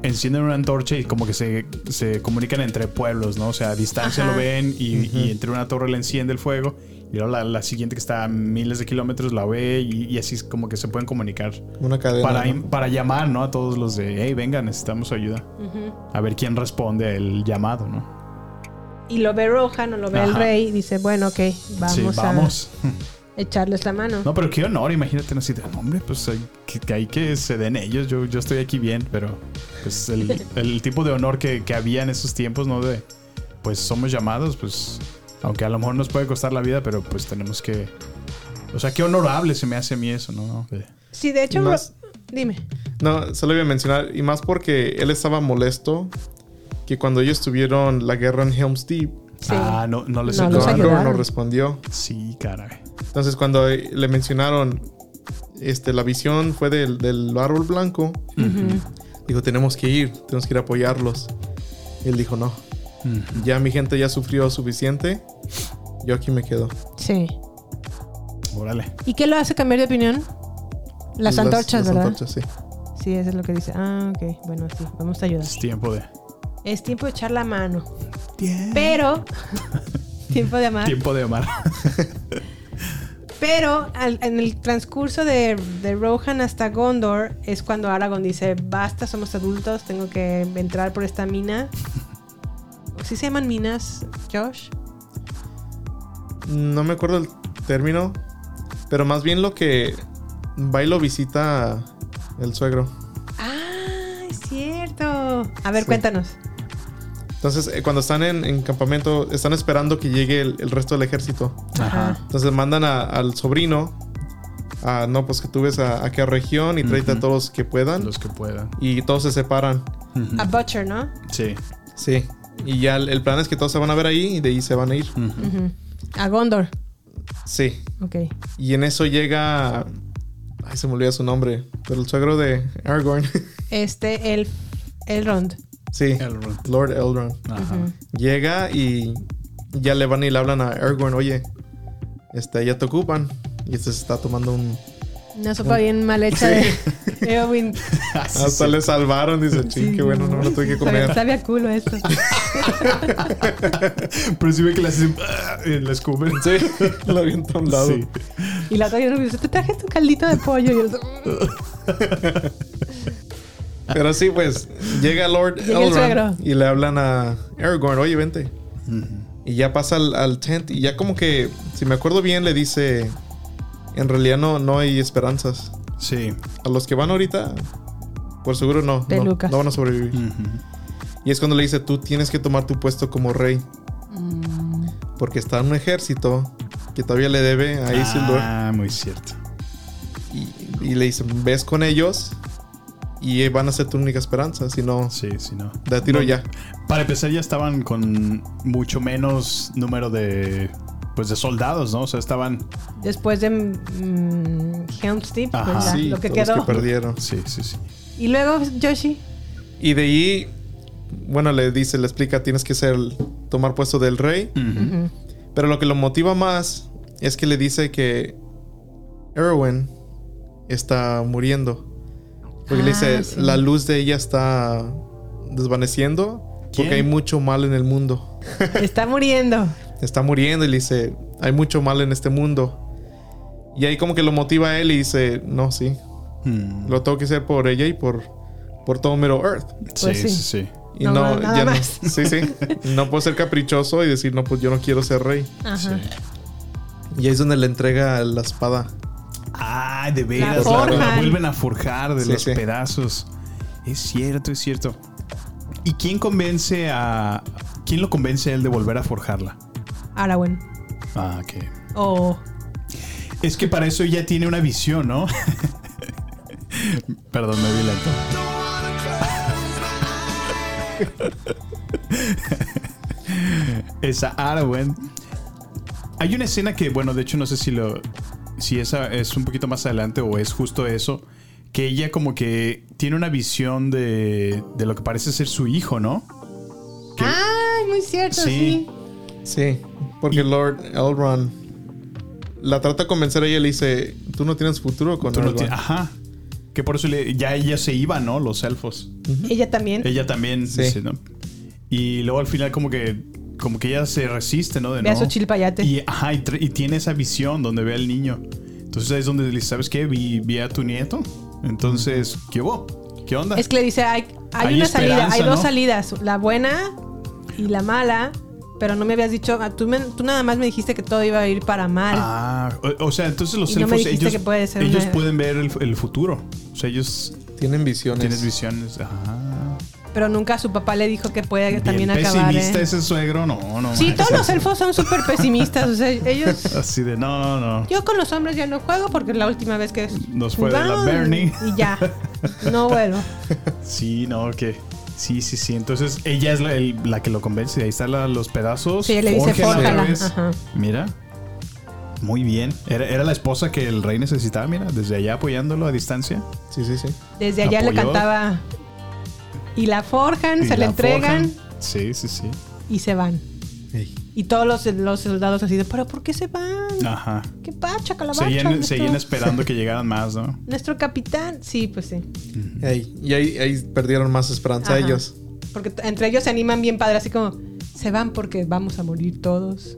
Speaker 1: encienden una antorcha y como que se, se comunican entre pueblos, ¿no? O sea, a distancia
Speaker 2: Ajá.
Speaker 1: lo ven y, y entre una torre le enciende el fuego y luego la, la siguiente que está a miles de kilómetros la ve y, y así es como que se pueden comunicar
Speaker 3: Una cadena.
Speaker 1: para,
Speaker 3: ¿no?
Speaker 1: im- para llamar, ¿no? A todos los de, hey, venga, necesitamos ayuda. A ver quién responde el llamado, ¿no?
Speaker 2: Y lo ve Rohan o lo ve el
Speaker 1: Ajá.
Speaker 2: rey y dice, bueno, ok, vamos,
Speaker 1: sí, vamos.
Speaker 2: a echarles la mano.
Speaker 1: No, pero qué honor, imagínate, así de, "No, hombre, pues hay que, que hay que se den ellos, yo, yo estoy aquí bien, pero pues el, el tipo de honor que, que había en esos tiempos, ¿no? De, pues somos llamados, pues, aunque a lo mejor nos puede costar la vida, pero pues tenemos que... O sea, qué honorable se me hace a mí eso, ¿no? De-
Speaker 2: Sí, de hecho,
Speaker 3: Y
Speaker 2: Ro-
Speaker 3: más-
Speaker 2: dime.
Speaker 3: No, solo iba a mencionar, y más porque él estaba molesto que cuando ellos tuvieron la guerra en Helm's Deep,
Speaker 2: Sí.
Speaker 1: Ah, no, no les
Speaker 2: No los
Speaker 1: ayudaron.
Speaker 2: ayudaron.
Speaker 3: Gondor no respondió.
Speaker 1: Sí, caray.
Speaker 3: Entonces, cuando eh, le mencionaron este, la visión fue del, del árbol blanco, dijo: Tenemos que ir, tenemos que ir a apoyarlos. Y él dijo: No, ya mi gente ya sufrió suficiente, yo aquí me quedo.
Speaker 2: Sí.
Speaker 1: Órale.
Speaker 2: ¿Y qué lo hace cambiar de opinión? Las, antorchas,
Speaker 3: las
Speaker 2: ¿verdad?
Speaker 3: antorchas, sí.
Speaker 2: Sí, eso es lo que dice. Ah, ok, bueno, sí, vamos a ayudar.
Speaker 1: Es tiempo de...
Speaker 2: Es tiempo de echar la mano. Pero. ah. tiempo de amar.
Speaker 1: Tiempo de amar.
Speaker 2: Pero al- en el transcurso de, de Rohan hasta Gondor es cuando Aragorn dice: Basta, somos adultos, tengo que entrar por esta mina. ¿Sí se llaman minas, Josh?
Speaker 3: No me acuerdo el término, pero más bien lo que va y lo visita el suegro.
Speaker 2: ¡Ah, es cierto! A ver,
Speaker 3: Sí.
Speaker 2: cuéntanos.
Speaker 3: Entonces, eh, cuando están en, en campamento, están esperando que llegue el, el resto del ejército.
Speaker 2: Ajá.
Speaker 3: Entonces mandan a- al sobrino. A, no, pues que tú ves a, a qué región y tráete a todos los que puedan.
Speaker 1: Los que puedan.
Speaker 3: Y todos se separan.
Speaker 2: A Butcher, ¿no?
Speaker 1: Sí.
Speaker 3: Sí. Y ya el, el plan es que todos se van a ver ahí y de ahí se van a ir.
Speaker 2: A Gondor.
Speaker 3: Sí.
Speaker 2: Ok.
Speaker 3: Y en eso llega... Ay, se me olvida su nombre. Pero el suegro de Aragorn.
Speaker 2: Este, el. Elrond.
Speaker 3: sí.
Speaker 1: Elrond.
Speaker 3: Lord Elrond.
Speaker 1: Ajá.
Speaker 3: Llega y ya le van y le hablan a Aragorn. Oye, este, ya te ocupan. Y este se está tomando un...
Speaker 2: Una sopa bien mal hecha de Eowyn.
Speaker 1: Ah,
Speaker 3: "Ah, Hasta le salvaron. Dice, ching, qué bueno, no me lo tuve que
Speaker 2: Sabe-
Speaker 3: comer.
Speaker 2: Sabe a culo esto.
Speaker 1: Pero sí ve que las hacen... y la escupen.
Speaker 3: Sí, lo avienta a un lado.
Speaker 1: Sí.
Speaker 2: Y la otra yo no me dice, te traje tu caldito de pollo. Y el otro,
Speaker 3: Pero sí, pues llega Lord
Speaker 2: Llega el suegro.
Speaker 3: Elrond y le hablan a Aragorn, oye, vente. Y ya pasa al, al tent y ya como que, si me acuerdo bien, le dice, en realidad no, no hay esperanzas.
Speaker 1: Sí.
Speaker 3: A los que van ahorita, por seguro no, no,
Speaker 2: Pelucas.
Speaker 3: no van a sobrevivir.
Speaker 1: Ujú.
Speaker 3: Y es cuando le dice,
Speaker 2: mm,
Speaker 3: tú tienes que tomar tu puesto como rey. Porque está en un ejército que todavía le debe a Isildur.
Speaker 1: Ah, muy cierto.
Speaker 3: Y, y le dicen, ves con ellos y van a ser tu única esperanza. Si no,
Speaker 1: Sí, sí, no.
Speaker 3: da tiro
Speaker 1: No,
Speaker 3: ya.
Speaker 1: Para empezar ya estaban con mucho menos número de pues de soldados, ¿no? O sea, estaban
Speaker 2: Después de mm, Helm's Deep,
Speaker 1: Ajá.
Speaker 2: pues ya,
Speaker 3: Sí,
Speaker 2: lo que
Speaker 3: todos
Speaker 2: quedó.
Speaker 3: que perdieron.
Speaker 1: Sí, sí, sí.
Speaker 2: y luego Yoshi.
Speaker 3: Y de ahí, bueno, le dice, le explica, tienes que ser, tomar puesto del rey. Pero lo que lo motiva más es que le dice que Erwin está muriendo. Porque le
Speaker 2: Ah,
Speaker 3: dice,
Speaker 2: sí.
Speaker 3: la luz de ella está desvaneciendo
Speaker 1: ¿Quién?
Speaker 3: porque hay mucho mal en el mundo.
Speaker 2: Está muriendo.
Speaker 3: Está muriendo y le dice, hay mucho mal en este mundo. Y ahí como que lo motiva a él y dice, no, sí,
Speaker 1: Mm,
Speaker 3: lo tengo que hacer por ella y por, por todo Middle Earth.
Speaker 1: sí,
Speaker 2: Pues sí.
Speaker 1: sí, sí.
Speaker 3: Y
Speaker 2: No,
Speaker 3: no,
Speaker 2: nada
Speaker 3: ya
Speaker 2: más.
Speaker 3: no. Sí, sí. No puedo ser caprichoso y decir, no, pues yo no quiero ser rey.
Speaker 2: Ajá.
Speaker 1: Sí.
Speaker 3: Y ahí es donde le entrega la espada.
Speaker 1: Ay, de veras. La,
Speaker 2: forjan.
Speaker 1: la vuelven a forjar de
Speaker 3: Sí,
Speaker 1: los
Speaker 3: sí.
Speaker 1: pedazos. Es cierto, es cierto. ¿Y quién convence a. ¿Quién lo convence a él de volver a forjarla?
Speaker 2: Aragorn. Oh.
Speaker 1: Ah, ok.
Speaker 2: O
Speaker 1: Es que para eso ya tiene una visión, ¿no? Perdón, me violento. Esa Arwen. Hay una escena que, bueno, de hecho no sé si lo. si esa es un poquito más adelante o es justo eso. Que ella como que tiene una visión de. de lo que parece ser su hijo, ¿no? Que-
Speaker 2: Ay, muy cierto, sí.
Speaker 1: Sí.
Speaker 3: Sí. Porque
Speaker 1: Y-
Speaker 3: Lord Elrond la trata de convencer a ella y le dice, tú no tienes futuro con
Speaker 1: tú no
Speaker 3: Elrond".
Speaker 1: ti- ah, ajá. Que por eso le- ya ella se iba, ¿no? Los elfos.
Speaker 2: Ella también.
Speaker 1: Ella también
Speaker 3: Sí.
Speaker 1: dice, ¿no? Y luego al final como que como que ella se resiste, ¿no? De
Speaker 2: Ve a
Speaker 1: no.
Speaker 2: su chilpayate.
Speaker 1: Y, ajá, y, tra- y tiene esa visión donde ve al niño. Entonces ahí es donde le dice, ¿sabes qué? Vi, vi a tu nieto. Entonces, ¿qué hubo? ¿Qué onda?
Speaker 2: Es que le dice, hay, hay
Speaker 1: Hay
Speaker 2: una salida, hay
Speaker 1: esperanza,
Speaker 2: dos
Speaker 1: ¿no?
Speaker 2: salidas, la buena y la mala, pero no me habías dicho, ah, tú, me- tú nada más me dijiste que todo iba a ir para mal.
Speaker 1: Ah, o, o sea, entonces los
Speaker 2: Y no me
Speaker 1: elfos,
Speaker 2: dijiste
Speaker 1: ellos,
Speaker 2: que puede ser
Speaker 1: ellos
Speaker 2: una-
Speaker 1: pueden ver el, el futuro. O sea, ellos
Speaker 3: Tienen visiones.
Speaker 1: tienen visiones. Ajá.
Speaker 2: Pero nunca su papá le dijo que puede también
Speaker 1: Bien
Speaker 2: acabar.
Speaker 1: pesimista
Speaker 2: ¿eh?
Speaker 1: ese suegro, no, no.
Speaker 2: Sí,
Speaker 1: manches.
Speaker 2: todos los elfos son súper pesimistas, o sea, ellos...
Speaker 1: Así de, no, no.
Speaker 2: Yo con los hombres ya no juego porque la última vez que
Speaker 1: Nos fue de la
Speaker 2: jugaron
Speaker 1: Bernie.
Speaker 2: y ya, no vuelvo.
Speaker 1: Sí, no, que. Sí, sí, sí. Entonces ella es la, el- la que lo convence. Ahí están la- los pedazos.
Speaker 2: Sí, le dice,
Speaker 1: Fórjenla otra
Speaker 2: "Fórjala".
Speaker 1: vez.
Speaker 2: Ajá.
Speaker 1: Mira. Muy bien. Era, era la esposa que el rey necesitaba, mira, desde allá apoyándolo a distancia.
Speaker 3: Sí, sí, sí.
Speaker 2: Desde allá le
Speaker 1: Apoyó.
Speaker 2: cantaba y la forjan,
Speaker 1: Y
Speaker 2: se la
Speaker 1: la
Speaker 2: entregan
Speaker 1: forjan. Sí, sí, sí.
Speaker 2: y se van. Y todos los, los soldados así de, pero ¿por qué se van?
Speaker 1: Ajá.
Speaker 2: ¿Qué pacha, calabacha?
Speaker 1: Seguían,
Speaker 2: nuestro,
Speaker 1: seguían esperando que llegaran más, ¿no?
Speaker 2: nuestro capitán, sí, pues sí.
Speaker 3: Ey, Y ahí, ahí perdieron más esperanza
Speaker 2: Ajá.
Speaker 3: ellos.
Speaker 2: Porque t- entre ellos se animan bien padre, así como, se van porque vamos a morir todos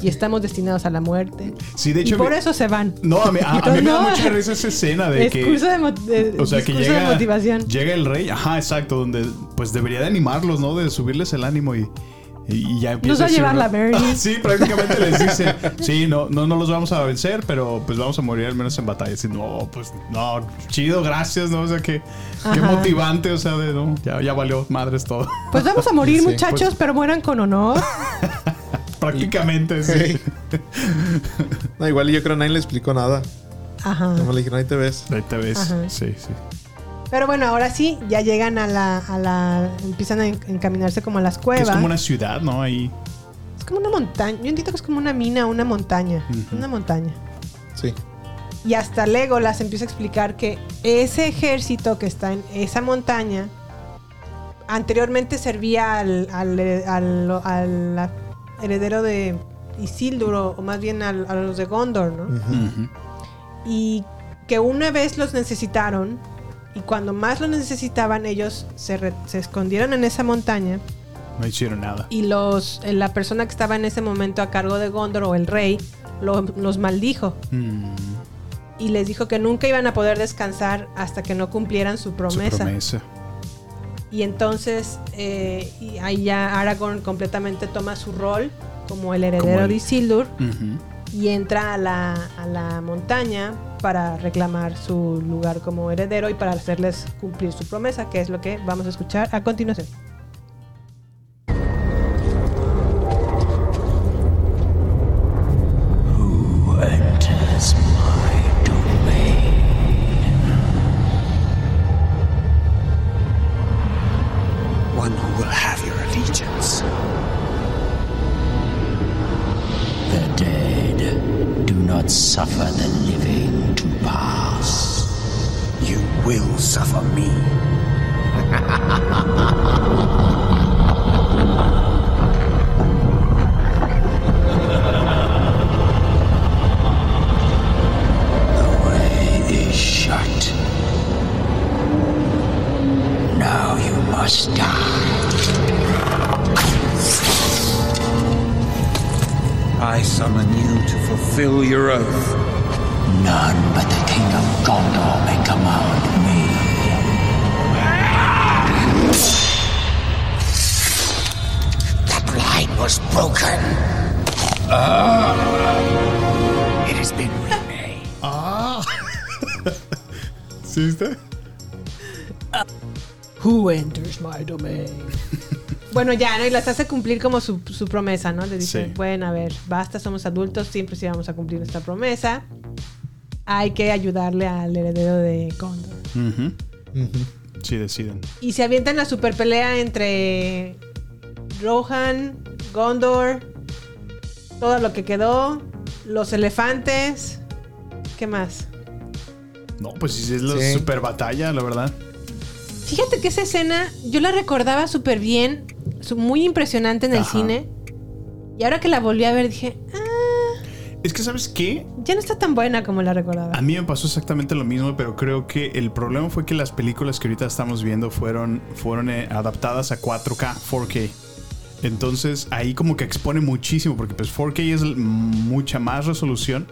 Speaker 2: y estamos destinados a la muerte.
Speaker 1: Sí, de
Speaker 2: y
Speaker 1: hecho.
Speaker 2: por
Speaker 1: me-
Speaker 2: eso se van.
Speaker 1: No, a mí, a- a mí me da
Speaker 2: No.
Speaker 1: mucha risa esa escena de que.
Speaker 2: Discurso de, mo- de-
Speaker 1: O sea, que
Speaker 2: discurso de
Speaker 1: llega,
Speaker 2: motivación.
Speaker 1: llega el rey, ajá, exacto, donde pues debería de animarlos, ¿no? De subirles el ánimo y, y- y ya empieza
Speaker 2: Nos va a llevar
Speaker 1: decir,
Speaker 2: la
Speaker 1: ¿no?
Speaker 2: Bernie.
Speaker 1: sí, prácticamente les dice, sí, no, no, no los vamos a vencer, pero pues vamos a morir al menos en batalla. Así, no, pues no, chido, gracias, ¿no? O sea, que, qué
Speaker 2: Ajá.
Speaker 1: motivante, o sea, de, no, ya, ya valió madres todo.
Speaker 2: Pues vamos a morir,
Speaker 3: Sí,
Speaker 2: muchachos,
Speaker 1: pues-
Speaker 2: pero mueran con honor.
Speaker 1: prácticamente, sí.
Speaker 3: Ey. No, igual yo creo que nadie le explicó nada.
Speaker 2: Ajá.
Speaker 3: Nomás le dijeron, ahí te ves.
Speaker 1: Ahí te ves,
Speaker 2: Ajá.
Speaker 1: sí, sí.
Speaker 2: Pero bueno, ahora sí, ya llegan a la. A la empiezan a en- encaminarse como a las
Speaker 1: Que
Speaker 2: cuevas.
Speaker 1: es como una ciudad, ¿no? Ahí,
Speaker 2: montaña. Yo entiendo que es como una mina, una montaña.
Speaker 1: Ujú.
Speaker 2: Una montaña.
Speaker 3: Sí.
Speaker 2: Y hasta Legolas empieza a explicar que ese ejército que está en esa montaña anteriormente servía al, al- al- al- al heredero de Isildur, o- o más bien al- a los de Gondor, ¿no?
Speaker 3: Mm.
Speaker 1: Ujú.
Speaker 2: y que una vez los necesitaron y cuando más los necesitaban ellos se, re- se escondieron en esa montaña
Speaker 1: no hicieron nada.
Speaker 2: y los eh, la persona que estaba en ese momento a cargo de Gondor o el rey lo- los maldijo
Speaker 1: Mm,
Speaker 2: y les dijo que nunca iban a poder descansar hasta que no cumplieran su
Speaker 1: su
Speaker 2: promesa.
Speaker 1: promesa.
Speaker 2: Y entonces eh, y ahí ya Aragorn completamente toma su rol como el heredero
Speaker 1: Como el-
Speaker 2: de Isildur
Speaker 1: Ujú.
Speaker 2: y entra a la, a la montaña para reclamar su lugar como heredero y para hacerles cumplir su promesa, que es lo que vamos a escuchar a continuación.
Speaker 5: Who
Speaker 6: but suffer the living to pass. You will suffer me. the way is shut. Now you must die.
Speaker 7: I summon you to fulfill your oath.
Speaker 6: None but the King of Gondor may command me. That line was broken. It has been remade.
Speaker 1: ¿Sí viste?
Speaker 8: Who enters my domain?
Speaker 2: Bueno, ya, ¿no? Y las hace cumplir como su, su promesa, ¿no? Le dicen,
Speaker 1: Sí.
Speaker 2: bueno, a ver, basta, somos adultos, siempre sí vamos a cumplir nuestra promesa. Hay que ayudarle al heredero de Condor.
Speaker 1: Ujú. Sí, deciden.
Speaker 2: Y se avientan la super pelea entre Rohan, Gondor, todo lo que quedó, los elefantes. ¿Qué más?
Speaker 1: No, pues sí, es la
Speaker 3: Sí.
Speaker 1: super batalla, la verdad.
Speaker 2: Fíjate que esa escena yo la recordaba súper bien, su- muy impresionante en el
Speaker 1: Ajá.
Speaker 2: cine. Y ahora que la volví a ver dije, ah,
Speaker 1: Es que, ¿sabes qué?
Speaker 2: ya no está tan buena como la recordaba.
Speaker 1: A mí me pasó exactamente lo mismo, pero creo que el problema fue que las películas que ahorita estamos viendo fueron, fueron eh, adaptadas a 4K, 4K. Entonces ahí como que expone muchísimo, porque pues 4K es l- mucha más resolución,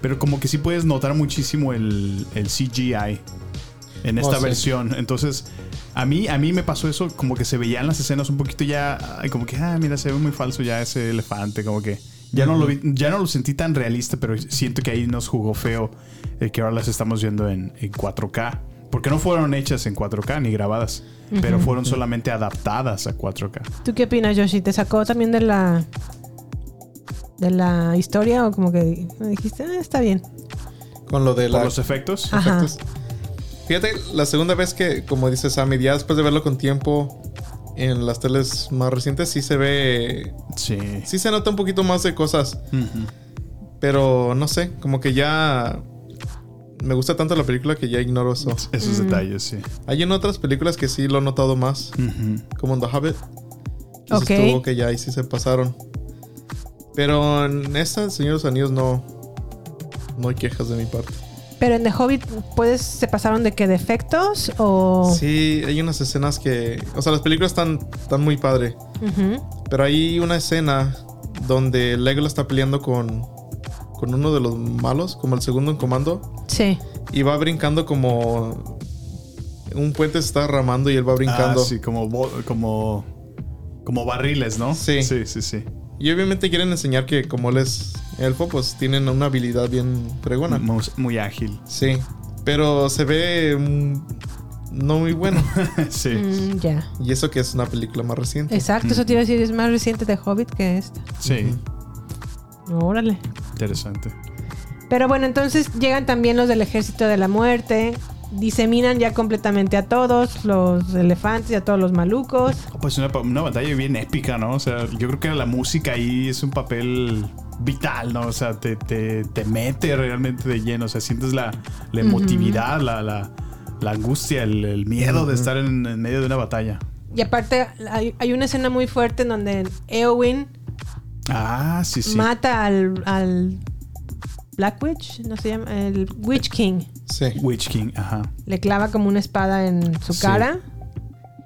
Speaker 1: pero como que sí puedes notar muchísimo el, el CGI en esta
Speaker 3: Oh, sí.
Speaker 1: versión. Entonces a mí, a mí me pasó eso, como que se veían las escenas un poquito ya, ay, como que, ah, mira, se ve muy falso ya ese elefante, como que... Ya no, lo vi- ya no lo sentí tan realista, pero siento que ahí nos jugó feo eh, que ahora las estamos viendo en, en 4K. Porque no fueron hechas en 4K ni grabadas, pero fueron solamente adaptadas a 4K.
Speaker 2: ¿Tú qué opinas, Yoshi? ¿Te sacó también de la de la historia o como que dijiste, ah, está bien?
Speaker 3: Con lo de
Speaker 1: Por
Speaker 3: la
Speaker 1: los efectos.
Speaker 2: Ajá.
Speaker 3: Entonces, Fíjate, la segunda vez que, como dice Sammy, ya después de verlo con tiempo en las teles más recientes, sí se ve.
Speaker 1: Sí.
Speaker 3: Sí se nota un poquito más de cosas. Pero no sé, como que ya. Me gusta tanto la película que ya ignoro eso.
Speaker 1: Esos detalles, sí. Ah,
Speaker 3: Hay en otras películas que sí lo he notado más,
Speaker 1: Ujú.
Speaker 3: como en The Hobbit. que
Speaker 2: Ok.
Speaker 3: Estuvo que ya ahí sí se pasaron. Pero en esta, El Señor de los Anillos, no. No hay quejas de mi parte.
Speaker 2: Pero en The Hobbit, ¿puedes, ¿se pasaron de qué defectos o...?
Speaker 3: Sí, hay unas escenas que. O sea, las películas están, están muy padre.
Speaker 2: Ujú.
Speaker 3: Pero hay una escena donde Legolas está peleando con, con uno de los malos, como el segundo en comando,
Speaker 2: Sí.
Speaker 3: y va brincando como. Un puente se está ramando y él va
Speaker 1: Ah,
Speaker 3: brincando.
Speaker 1: sí, como, bo- como, como barriles, ¿no?
Speaker 3: Sí.
Speaker 1: Sí, sí, sí.
Speaker 3: Y obviamente quieren enseñar que, como él es elfo, pues tienen una habilidad bien fregona.
Speaker 1: Muy, muy ágil.
Speaker 3: Sí, pero se ve. mm, no muy bueno.
Speaker 1: sí.
Speaker 2: Mm, ya.
Speaker 3: y eso que es una película más reciente.
Speaker 2: Exacto, eso te iba a decir, es más reciente The Hobbit que esta.
Speaker 1: Sí.
Speaker 2: Órale.
Speaker 1: Interesante.
Speaker 2: Pero bueno, entonces llegan también los del Ejército de la Muerte, diseminan ya completamente a todos, los elefantes y a todos los malucos.
Speaker 1: Pues una, pa- una batalla bien épica, ¿no? O sea, yo creo que la música ahí es un papel vital, ¿no? O sea, te, te- te mete realmente de lleno, o sea, sientes la, la emotividad, la, la- la angustia, el, el miedo de estar en, en medio de una batalla.
Speaker 2: Y aparte hay, hay una escena muy fuerte en donde Eowyn
Speaker 1: Ah, sí, sí.
Speaker 2: mata al, al Black Witch, no se llama, el Witch King.
Speaker 3: Sí.
Speaker 1: Witch King, ajá.
Speaker 2: Le clava como una espada en su
Speaker 1: Sí.
Speaker 2: cara.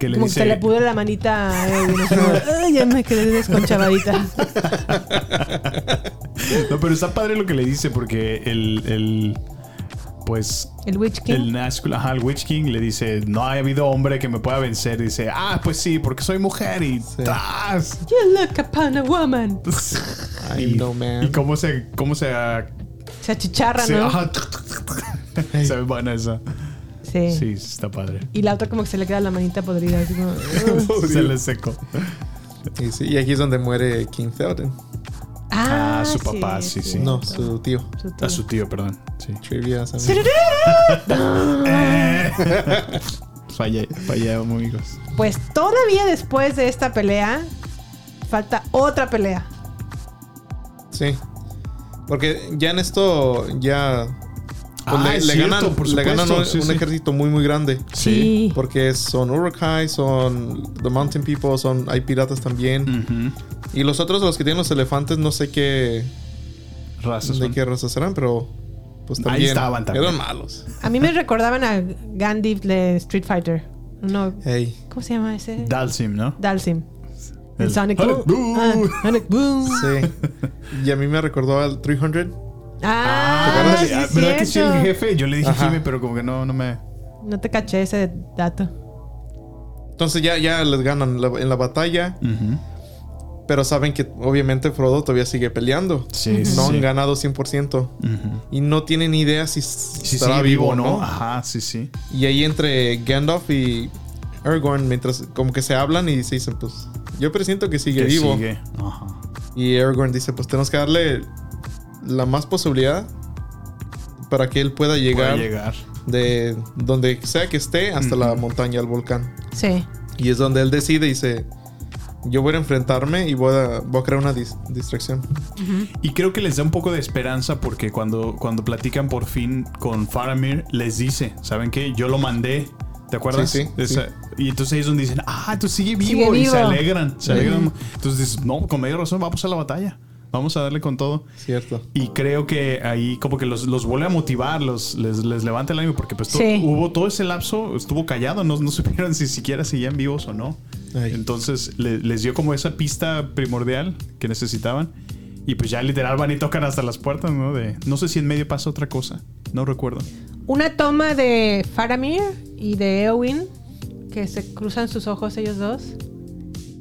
Speaker 1: Que le
Speaker 2: Como
Speaker 1: dice,
Speaker 2: que se le pudre la manita a Eowyn. Es como, "Ay, ya me quedé desconchavadita.
Speaker 1: No, pero está padre lo que le dice porque el... el pues
Speaker 2: El Witch King.
Speaker 1: el Nazgûl, ajá, el Witch King le dice, no ha habido hombre que me pueda vencer. Dice, ah, pues sí, porque soy mujer y tras.
Speaker 2: You look upon a woman.
Speaker 3: I know, man.
Speaker 1: Y cómo se. cómo se. ah,
Speaker 2: Se achicharra,
Speaker 1: se-
Speaker 2: ¿no?
Speaker 1: ajá. Se ve buena esa.
Speaker 2: Sí.
Speaker 1: Sí, está padre.
Speaker 2: Y la otra como que se le queda la manita podrida. así como, "Ugh".
Speaker 1: Se le secó.
Speaker 3: Y, sí, y aquí es donde muere King Theoden.
Speaker 1: Ah, su papá, sí, sí.
Speaker 3: No, su tío.
Speaker 2: Su tío.
Speaker 1: A su tío, perdón. Sí.
Speaker 3: Trivia, Sammy.
Speaker 1: Eh. Fallé, fallé, amigos.
Speaker 2: Pues todavía después de esta pelea, falta otra pelea.
Speaker 3: Sí. Porque ya en esto, ya. pues,
Speaker 1: Ah,
Speaker 3: le,
Speaker 1: es
Speaker 3: le
Speaker 1: cierto,
Speaker 3: ganan,
Speaker 1: por
Speaker 3: le ganan
Speaker 1: supuesto,
Speaker 3: un,
Speaker 1: sí, sí.
Speaker 3: un ejército muy, muy grande.
Speaker 1: Sí.
Speaker 3: Porque son Urukai, son The Mountain People, son hay piratas también.
Speaker 1: Ujú.
Speaker 3: Y los otros, los que tienen los elefantes, no sé qué
Speaker 1: Razas
Speaker 3: de
Speaker 1: son-
Speaker 3: qué raza serán, pero pues
Speaker 1: Ahí
Speaker 3: también,
Speaker 1: estaban también.
Speaker 3: eran malos.
Speaker 2: A mí me recordaban a Gandhi de Street Fighter. No,
Speaker 3: Hey,
Speaker 2: ¿Cómo se llama ese?
Speaker 1: Dalsim, ¿no?
Speaker 2: Dalsim. El,
Speaker 1: El
Speaker 2: Sonic
Speaker 1: Sonic
Speaker 2: Boom.
Speaker 1: Boom.
Speaker 2: Ah, Sonic Boom.
Speaker 3: sí. y a mí me recordó al 300.
Speaker 2: Ah, sí,
Speaker 1: sí,
Speaker 2: es
Speaker 1: ¿Verdad que sí el
Speaker 2: cierto.
Speaker 1: jefe? Yo le dije
Speaker 3: Ajá.
Speaker 1: Jimmy, pero como que no, no me.
Speaker 2: No te caché ese dato.
Speaker 3: Entonces ya, ya les ganan la- en la batalla, pero saben que obviamente Frodo todavía sigue peleando.
Speaker 1: Sí, sí.
Speaker 3: No
Speaker 1: sí.
Speaker 3: han ganado 100%. Y no tienen ni idea si
Speaker 1: Sí,
Speaker 3: estará
Speaker 1: sí,
Speaker 3: vivo o no.
Speaker 1: Ajá, sí, sí.
Speaker 3: Y ahí entre Gandalf y Aragorn, mientras como que se hablan y se dicen, pues yo presiento que sigue
Speaker 1: Que
Speaker 3: vivo.
Speaker 1: sigue. Ajá.
Speaker 3: Y Aragorn dice, pues tenemos que darle la más posibilidad para que él pueda llegar,
Speaker 1: Puede llegar.
Speaker 3: de donde sea que esté hasta la montaña, al volcán.
Speaker 2: Sí.
Speaker 3: Y es donde él decide y dice, yo voy a enfrentarme y voy a, voy a crear una dis- distracción.
Speaker 1: Y creo que les da un poco de esperanza porque cuando, cuando platican por fin con Faramir, les dice, ¿saben qué? Yo lo mandé. ¿Te acuerdas?
Speaker 3: Sí, sí,
Speaker 1: Esa- Y entonces ellos donde dicen, ah, entonces sigue vivo.
Speaker 2: Sigue
Speaker 1: Y se
Speaker 2: vivo.
Speaker 1: alegran. Se alegran. Entonces dices, no, con media razón, vamos a la batalla. Vamos a darle con todo.
Speaker 3: Cierto.
Speaker 1: Y creo que ahí como que los, los vuelve a motivar, los, les, les levanta el ánimo, porque pues to-
Speaker 2: Sí.
Speaker 1: hubo todo ese lapso, estuvo callado, no, no supieron si siquiera seguían vivos o no.
Speaker 3: Ay.
Speaker 1: Entonces le- les dio como esa pista primordial que necesitaban. Y pues ya literal van y tocan hasta las puertas, ¿no? De, no sé si en medio pasa otra cosa, no recuerdo.
Speaker 2: Una toma de Faramir y de Eowyn que se cruzan sus ojos ellos dos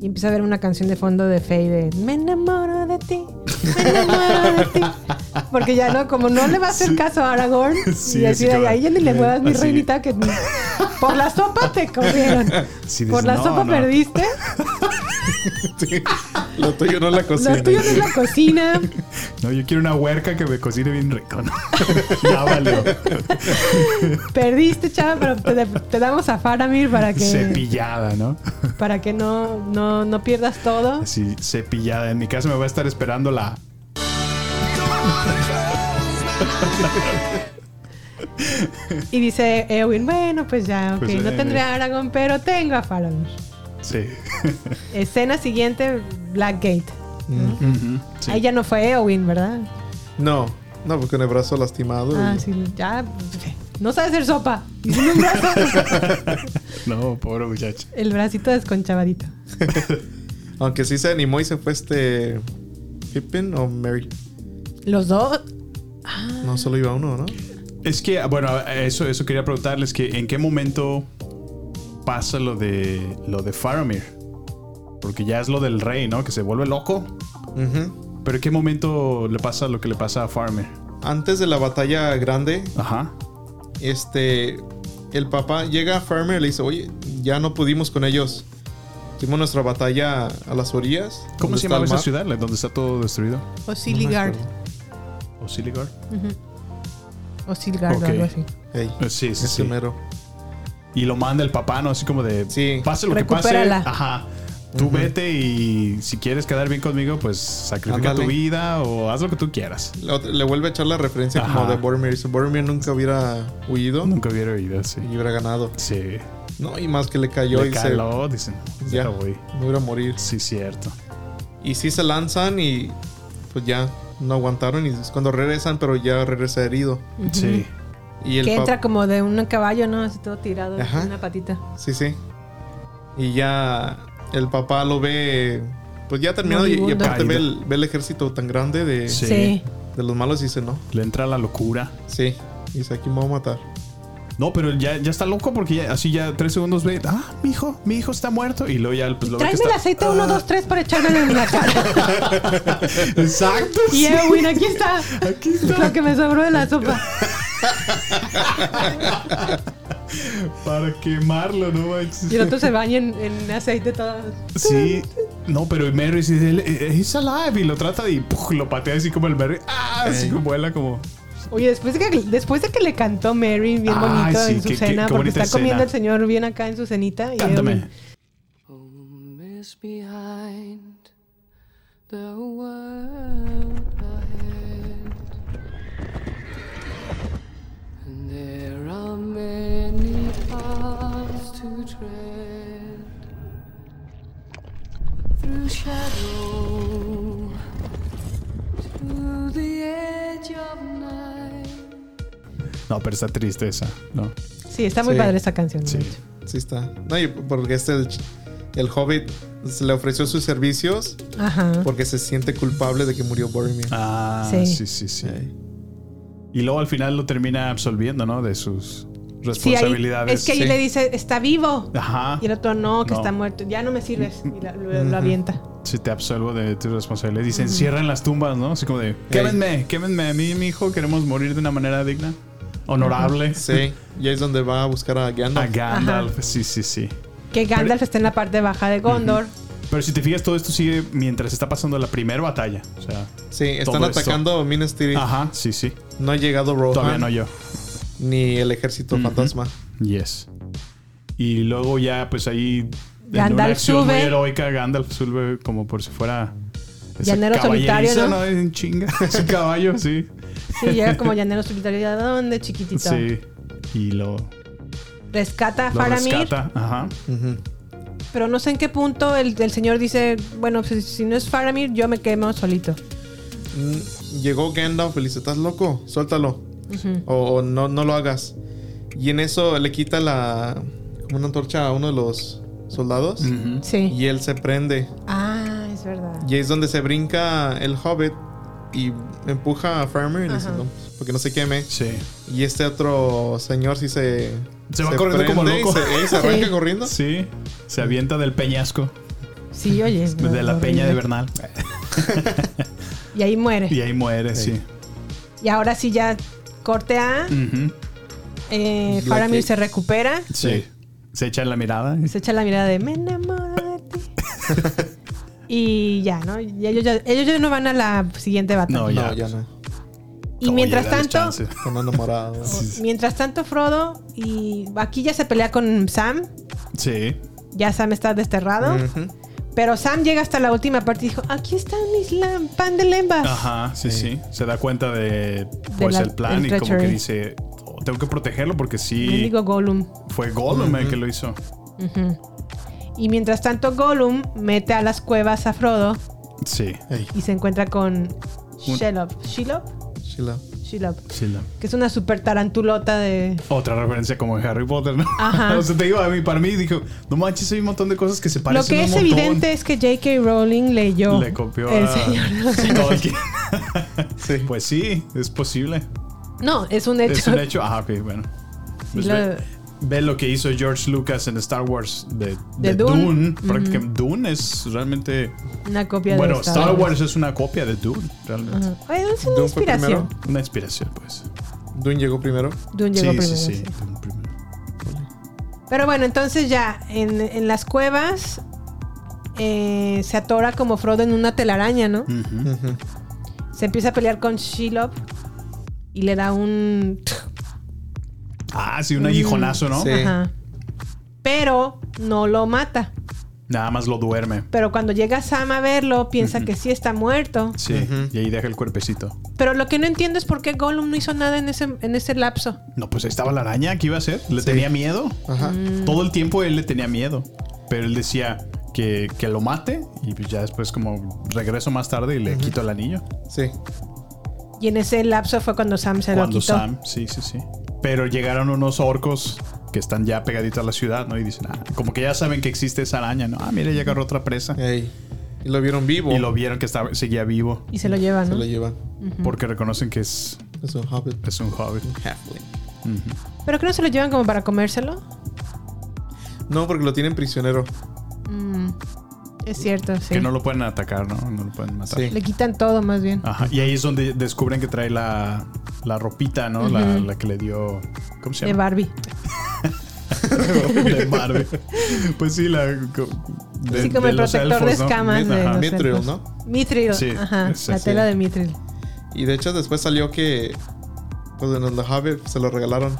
Speaker 2: y empieza a ver una canción de fondo de Faye de Me enamoro de ti, me enamoro de ti. Porque ya no, como no le va a hacer caso a Aragorn,
Speaker 1: Sí,
Speaker 2: y así
Speaker 1: así que
Speaker 2: de
Speaker 1: va.
Speaker 2: ahí ya ni le muevas mi
Speaker 1: Así.
Speaker 2: reinita que por la sopa te comieron.
Speaker 1: Sí,
Speaker 2: por
Speaker 1: dices,
Speaker 2: la
Speaker 1: "No,
Speaker 2: sopa
Speaker 1: no".
Speaker 2: perdiste.
Speaker 3: Lo tuyo no es la cocina.
Speaker 2: Lo tuyo no es la cocina.
Speaker 1: No, yo quiero una huerca que me cocine bien rico, ¿no? ya valió.
Speaker 2: Perdiste, chava, pero te, te damos a Faramir para que,
Speaker 1: Cepillada, ¿no?
Speaker 2: para que no, no, no pierdas todo.
Speaker 1: Así, cepillada. En mi casa me va a estar esperando la...
Speaker 2: Y dice Eowyn, bueno, pues ya, ok,
Speaker 1: Pues,
Speaker 2: no
Speaker 1: eh,
Speaker 2: tendré
Speaker 1: eh.
Speaker 2: a Aragorn, pero tengo a Faramir.
Speaker 1: Sí.
Speaker 2: Escena siguiente, Blackgate.
Speaker 1: Sí.
Speaker 2: Ahí ya no fue Eowyn, ¿verdad?
Speaker 3: No, no, porque con el brazo lastimado.
Speaker 2: Ah,
Speaker 3: y-
Speaker 2: sí, ya, no sabe hacer sopa. Y sin un brazo,
Speaker 1: No, pobre muchacho.
Speaker 2: el bracito desconchavadito.
Speaker 3: Aunque sí se animó y se fue este... Pippin o Mary.
Speaker 2: Los dos,
Speaker 3: No, solo iba uno, ¿no?
Speaker 1: Es que, bueno, eso, eso quería preguntarles que en qué momento pasa lo de lo de Faramir. Porque ya es lo del rey, ¿no? Que se vuelve loco.
Speaker 3: Ujú.
Speaker 1: Pero en qué momento le pasa lo que le pasa a Faramir.
Speaker 3: Antes de la batalla grande,
Speaker 1: Ajá.
Speaker 3: este el papá llega a Farmer y le dice, oye, ya no pudimos con ellos. Tuvimos nuestra batalla a las orillas.
Speaker 1: ¿Cómo
Speaker 3: donde
Speaker 1: se
Speaker 3: está
Speaker 1: llama
Speaker 3: el
Speaker 1: esa
Speaker 3: mar".
Speaker 1: ciudad la- donde está todo destruido?
Speaker 2: Osilligard.
Speaker 1: ¿O Siligard?
Speaker 2: Osilgard
Speaker 1: Ok.
Speaker 2: o algo así.
Speaker 3: Ey,
Speaker 1: Eh, Sí, sí,
Speaker 3: ese
Speaker 1: sí.
Speaker 3: mero.
Speaker 1: Y lo manda el papá, ¿no? Así como de.
Speaker 3: Sí.
Speaker 1: Pase lo que pase.
Speaker 2: Recupérala.
Speaker 1: Ajá. Tú vete y si quieres quedar bien conmigo, pues sacrifica
Speaker 3: Ándale.
Speaker 1: tu vida o haz lo que tú quieras.
Speaker 3: Le, le vuelve a echar la referencia
Speaker 1: Ajá.
Speaker 3: como de Boromir. Dice, Boromir nunca hubiera huido
Speaker 1: Nunca hubiera oído así.
Speaker 3: y hubiera ganado.
Speaker 1: Sí.
Speaker 3: No, y más que le cayó
Speaker 1: Le
Speaker 3: y dice,
Speaker 1: caló, dicen.
Speaker 3: ya,
Speaker 1: Ya voy.
Speaker 3: no hubiera morir.
Speaker 1: Sí, cierto.
Speaker 3: Y sí se lanzan y pues ya no aguantaron. Y es cuando regresan, pero ya regresa herido.
Speaker 1: Sí.
Speaker 3: Y el
Speaker 2: Que
Speaker 3: papá...
Speaker 2: entra como de un caballo, ¿no? Así todo tirado,
Speaker 3: Ajá.
Speaker 2: una patita.
Speaker 3: Sí, sí. Y ya el papá lo ve, pues ya terminado y, y
Speaker 2: Moribundo.
Speaker 3: aparte ve
Speaker 1: Caído.
Speaker 3: el, ve el ejército tan grande de,
Speaker 1: Sí.
Speaker 2: Sí.
Speaker 3: de los malos y dice, no,
Speaker 1: Le entra la locura.
Speaker 3: sí, y dice, aquí me voy a matar.
Speaker 1: No, pero ya, ya está loco porque ya- así ya tres segundos ve, ah, mi hijo, mi hijo está muerto. Y luego ya pues, lo ve que
Speaker 2: Tráeme el
Speaker 1: está.
Speaker 2: aceite 1, 2, 3 para echarme en la cara.
Speaker 1: Exacto.
Speaker 2: Y Eowyn, aquí está. Aquí está. Lo que me sobró de la sopa.
Speaker 1: Para quemarlo, no manches.
Speaker 2: Y el otro se baña en, en aceite todo.
Speaker 1: Sí. No, pero Mary sí, él, eh, he's alive. Y lo trata y puf, lo patea así como el Mary. Ah, así como vuela como.
Speaker 2: Oye, después de que, después de que le cantó Mary bien
Speaker 1: Ay,
Speaker 2: bonito
Speaker 1: sí,
Speaker 2: en su
Speaker 1: qué- qué-
Speaker 2: cena,
Speaker 1: qué
Speaker 2: porque
Speaker 1: bonita
Speaker 2: está comiendo
Speaker 1: escena.
Speaker 2: el señor bien acá en su cenita. Y
Speaker 1: Cántame.
Speaker 4: Home is behind the world ahead.
Speaker 9: go to the edge of night.
Speaker 1: No, pero está triste esa, ¿no?
Speaker 2: Sí, está muy
Speaker 3: Sí.
Speaker 2: padre esta canción. de
Speaker 1: Sí.
Speaker 2: hecho.
Speaker 3: Sí está. No, y porque este, el, el hobbit se le ofreció sus servicios
Speaker 2: Ajá.
Speaker 3: porque se siente culpable de que murió Boromir.
Speaker 1: Ah,
Speaker 2: Sí.
Speaker 1: sí, sí, sí.
Speaker 3: Sí.
Speaker 1: Y luego al final lo termina absolviendo, ¿no? De sus
Speaker 2: Sí, ahí-
Speaker 1: responsabilidades.
Speaker 2: es que ahí
Speaker 3: sí.
Speaker 2: le dice, está vivo.
Speaker 1: Ajá.
Speaker 2: Y el otro, no, que
Speaker 1: No.
Speaker 2: está muerto. Ya no me sirves. Y la- lo, lo avienta.
Speaker 1: Si te absolvo de tus responsabilidades. Y se encierra en las tumbas, ¿no? Así como de, quémenme, quémenme a mí y mi hijo. Queremos morir de una manera digna, honorable.
Speaker 3: Sí, y ahí es donde va a buscar a Gandalf.
Speaker 1: A Gandalf, sí, sí, sí.
Speaker 2: Que Gandalf está en la parte baja de Gondor.
Speaker 1: Pero si te fijas, todo esto sigue mientras está pasando la primera batalla. O sea,
Speaker 3: sí, están
Speaker 1: Todo esto.
Speaker 3: atacando a Minas Tirith.
Speaker 1: ajá, sí, sí.
Speaker 3: No ha llegado Rohan
Speaker 1: Todavía no yo.
Speaker 3: ni el ejército fantasma.
Speaker 1: Yes. Y luego ya, pues ahí. en una
Speaker 2: Gandalf
Speaker 1: acción
Speaker 2: sube.
Speaker 1: Muy heroica, Gandalf sube como por si fuera. esa
Speaker 2: Llanero
Speaker 1: caballeriza,
Speaker 2: solitario, ¿no?
Speaker 1: En chinga. Ese caballo, sí.
Speaker 2: Sí, llega como llanero solitario. ¿Y a dónde, chiquitito?
Speaker 1: Sí. Y lo,
Speaker 2: Rescata a
Speaker 1: lo
Speaker 2: Faramir.
Speaker 1: rescata. Ajá.
Speaker 3: Ujú.
Speaker 2: Pero no sé en qué punto el, el señor dice, bueno, si, si no es Faramir, yo me quemo solito.
Speaker 3: Mm, Llegó Gandalf y le dice, ¿estás loco? Suéltalo. O, o no, no lo hagas. Y en eso le quita la como una antorcha a uno de los soldados.
Speaker 1: Mm.
Speaker 2: Sí.
Speaker 3: Y él se prende.
Speaker 2: Ah, es verdad.
Speaker 3: Y ahí es donde se brinca el hobbit y empuja a Farmer y le dice, no, pues, porque no se queme.
Speaker 1: Sí.
Speaker 3: Y este otro señor sí se...
Speaker 1: Se va corriendo como
Speaker 3: prende y
Speaker 1: loco.
Speaker 3: se- y se arranca
Speaker 2: Sí.
Speaker 3: corriendo.
Speaker 1: Sí. Se avienta del peñasco.
Speaker 2: Sí, oye. es
Speaker 1: De la
Speaker 2: horrible.
Speaker 1: peña de Bernal.
Speaker 2: Y ahí muere.
Speaker 1: Y ahí muere, sí.
Speaker 2: Y ahora sí ya corte A.
Speaker 1: Ujú.
Speaker 2: eh,
Speaker 3: Black
Speaker 2: Faramir
Speaker 3: Gate.
Speaker 2: se recupera.
Speaker 1: Sí. Se echa la mirada.
Speaker 2: Se echa la mirada de me enamoro de ti. y ya, ¿no? Y ellos ya, ellos ya no van a la siguiente batalla.
Speaker 1: No, ya.
Speaker 3: No, ya no.
Speaker 2: y mientras tanto,
Speaker 3: Están enamorados.
Speaker 2: mientras tanto, Frodo y aquí ya se pelea con Sam.
Speaker 1: Sí.
Speaker 2: Ya Sam está desterrado.
Speaker 3: Ujú.
Speaker 2: Pero Sam llega hasta la última parte y dijo: Aquí están mis lam- pan de lembas.
Speaker 1: Ajá, sí, sí. Se da cuenta de
Speaker 2: De
Speaker 1: pues
Speaker 2: la-
Speaker 1: el plan
Speaker 2: el
Speaker 1: y como que
Speaker 2: treachery.
Speaker 1: dice, "Oh, tengo que protegerlo porque sí
Speaker 2: Digo Gollum.
Speaker 1: fue Gollum el que lo hizo.
Speaker 2: Y mientras tanto, Gollum mete a las cuevas a Frodo
Speaker 1: Sí.
Speaker 2: y se encuentra con Shelob. Shelob?
Speaker 3: Sheila.
Speaker 2: Shelob.
Speaker 1: Sí, la-
Speaker 2: Que es una super tarantulota de.
Speaker 1: Otra referencia como en Harry Potter, ¿no?
Speaker 2: Ajá.
Speaker 1: o sea, te digo, a mí, para mí, dijo, no manches, hay un montón de cosas que se parecen
Speaker 2: Lo que
Speaker 1: un
Speaker 2: es
Speaker 1: montón".
Speaker 2: evidente es que J.K. Rowling leyó.
Speaker 1: Le copió
Speaker 2: El
Speaker 1: a
Speaker 2: Señor de los
Speaker 1: Tolkien.
Speaker 3: Sí.
Speaker 1: Pues sí, es posible.
Speaker 2: No, es un hecho.
Speaker 1: Es un hecho. Ah, ok, bueno. Pues
Speaker 2: Lo-
Speaker 1: ve, ve lo que hizo George Lucas en Star Wars de,
Speaker 2: De
Speaker 1: de
Speaker 2: Dune.
Speaker 1: Dune. Prácticamente Dune es realmente.
Speaker 2: Una copia
Speaker 1: bueno,
Speaker 2: de
Speaker 1: Star Wars. es una copia de Dune, realmente.
Speaker 2: Ay, es una
Speaker 3: Dune fue
Speaker 2: inspiración.
Speaker 3: primero.
Speaker 1: Una inspiración, pues.
Speaker 3: Dune llegó primero.
Speaker 2: Dune llegó
Speaker 1: sí, sí,
Speaker 2: primero.
Speaker 1: sí,
Speaker 2: sí.
Speaker 1: Dune primero.
Speaker 2: Pero bueno, entonces ya en, en las cuevas eh, se atora como Frodo en una telaraña, ¿no?
Speaker 3: Ujú.
Speaker 2: Se empieza a pelear con Shelob y le da un.
Speaker 1: Ah, sí, un aguijonazo, ¿no?
Speaker 3: Sí.
Speaker 2: Ajá. Pero no lo mata.
Speaker 1: Nada más lo duerme.
Speaker 2: Pero cuando llega Sam a verlo, piensa que sí está muerto.
Speaker 1: Sí. Y ahí deja el cuerpecito.
Speaker 2: Pero lo que no entiendo es por qué Gollum no hizo nada en ese, en ese lapso.
Speaker 1: No, pues ahí estaba la araña, ¿qué iba a hacer? Le tenía miedo.
Speaker 3: Ajá.
Speaker 2: Mm.
Speaker 1: Todo el tiempo él le tenía miedo. Pero él decía que, que lo mate y pues ya después como regreso más tarde y le quito el anillo.
Speaker 3: Sí.
Speaker 2: Y en ese lapso fue cuando Sam se lo
Speaker 1: Cuando
Speaker 2: quitó.
Speaker 1: Sam, sí, sí, sí. Pero llegaron unos orcos que están ya pegaditos a la ciudad, ¿no? Y dicen, ah, como que ya saben que existe esa araña, ¿no? Ah, mira, ya agarró otra presa.
Speaker 3: Ey. Y lo vieron vivo.
Speaker 1: Y lo vieron que estaba, seguía vivo
Speaker 2: Y se lo lleva,
Speaker 3: Se
Speaker 2: ¿no?
Speaker 3: lo llevan.
Speaker 1: porque reconocen que es,
Speaker 3: Es un hobbit.
Speaker 1: es un hobbit.
Speaker 3: Halfling.
Speaker 2: Pero que no se lo llevan como para comérselo.
Speaker 3: No, porque lo tienen prisionero.
Speaker 2: Mm, Es cierto, sí.
Speaker 1: Que no lo pueden atacar, ¿no? No lo Ah, pueden matar.
Speaker 3: Sí.
Speaker 2: Le quitan todo más bien.
Speaker 1: Ajá. Y ahí es donde descubren que trae la, la ropita, ¿no? la, la que le dio. ¿Cómo se
Speaker 2: De
Speaker 1: llama?
Speaker 2: Barbie.
Speaker 1: De Barbie. Pues sí, la. co- de-
Speaker 2: Así como
Speaker 1: de
Speaker 2: el
Speaker 1: los
Speaker 2: protector de
Speaker 1: elfos, ¿no?
Speaker 2: escamas de
Speaker 1: Ajá.
Speaker 2: los
Speaker 3: Mithril,
Speaker 2: elfos.
Speaker 3: ¿no?
Speaker 2: Mithril,
Speaker 1: Sí,
Speaker 2: ajá.
Speaker 1: sí,
Speaker 2: la
Speaker 1: sí.
Speaker 2: tela de Mithril.
Speaker 3: Y de hecho después salió que pues en el Hobbit se lo regalaron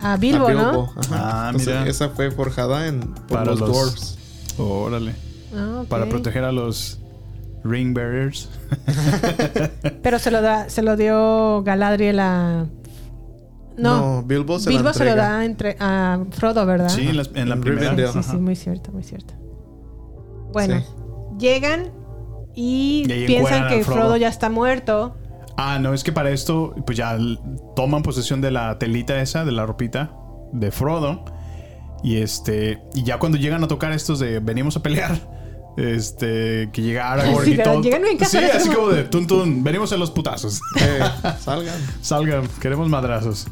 Speaker 2: A Bilbo,
Speaker 3: a
Speaker 2: ¿no?
Speaker 3: Bilbo. Ajá.
Speaker 1: Ah,
Speaker 3: Entonces,
Speaker 1: mira.
Speaker 3: Esa fue forjada en por
Speaker 1: Para
Speaker 3: los,
Speaker 1: los-
Speaker 3: dwarves.
Speaker 1: Órale.
Speaker 2: Ah, ok.
Speaker 1: Para proteger a los Ring Bearers.
Speaker 2: Pero se lo, da, se lo dio Galadriel a. No.
Speaker 3: Bilbo se
Speaker 2: Bilbo
Speaker 3: la
Speaker 2: se lo
Speaker 3: entrega.
Speaker 2: da entre, a Frodo, ¿verdad?
Speaker 1: Sí, en la, en la
Speaker 3: En
Speaker 1: primera.
Speaker 3: Rivendell.
Speaker 2: Sí, sí,
Speaker 1: Ajá.
Speaker 2: muy cierto, muy cierto. Bueno,
Speaker 3: Sí.
Speaker 2: llegan y,
Speaker 1: Y ahí
Speaker 2: piensan
Speaker 1: encueran al
Speaker 2: que Frodo.
Speaker 1: Frodo
Speaker 2: ya está muerto.
Speaker 1: Ah, no, es que para esto, pues ya l- toman posesión de la telita esa, de la ropita de Frodo. Y este, y ya cuando llegan a tocar estos de venimos a pelear, este, que llega Aragorn
Speaker 2: Sí,
Speaker 1: y
Speaker 2: pero
Speaker 1: todo.
Speaker 2: llegan bien
Speaker 1: sí,
Speaker 2: cabrones,
Speaker 1: así
Speaker 2: como-
Speaker 1: como de tun tun, venimos a los putazos.
Speaker 3: Eh, salgan.
Speaker 1: Salgan, queremos madrazos.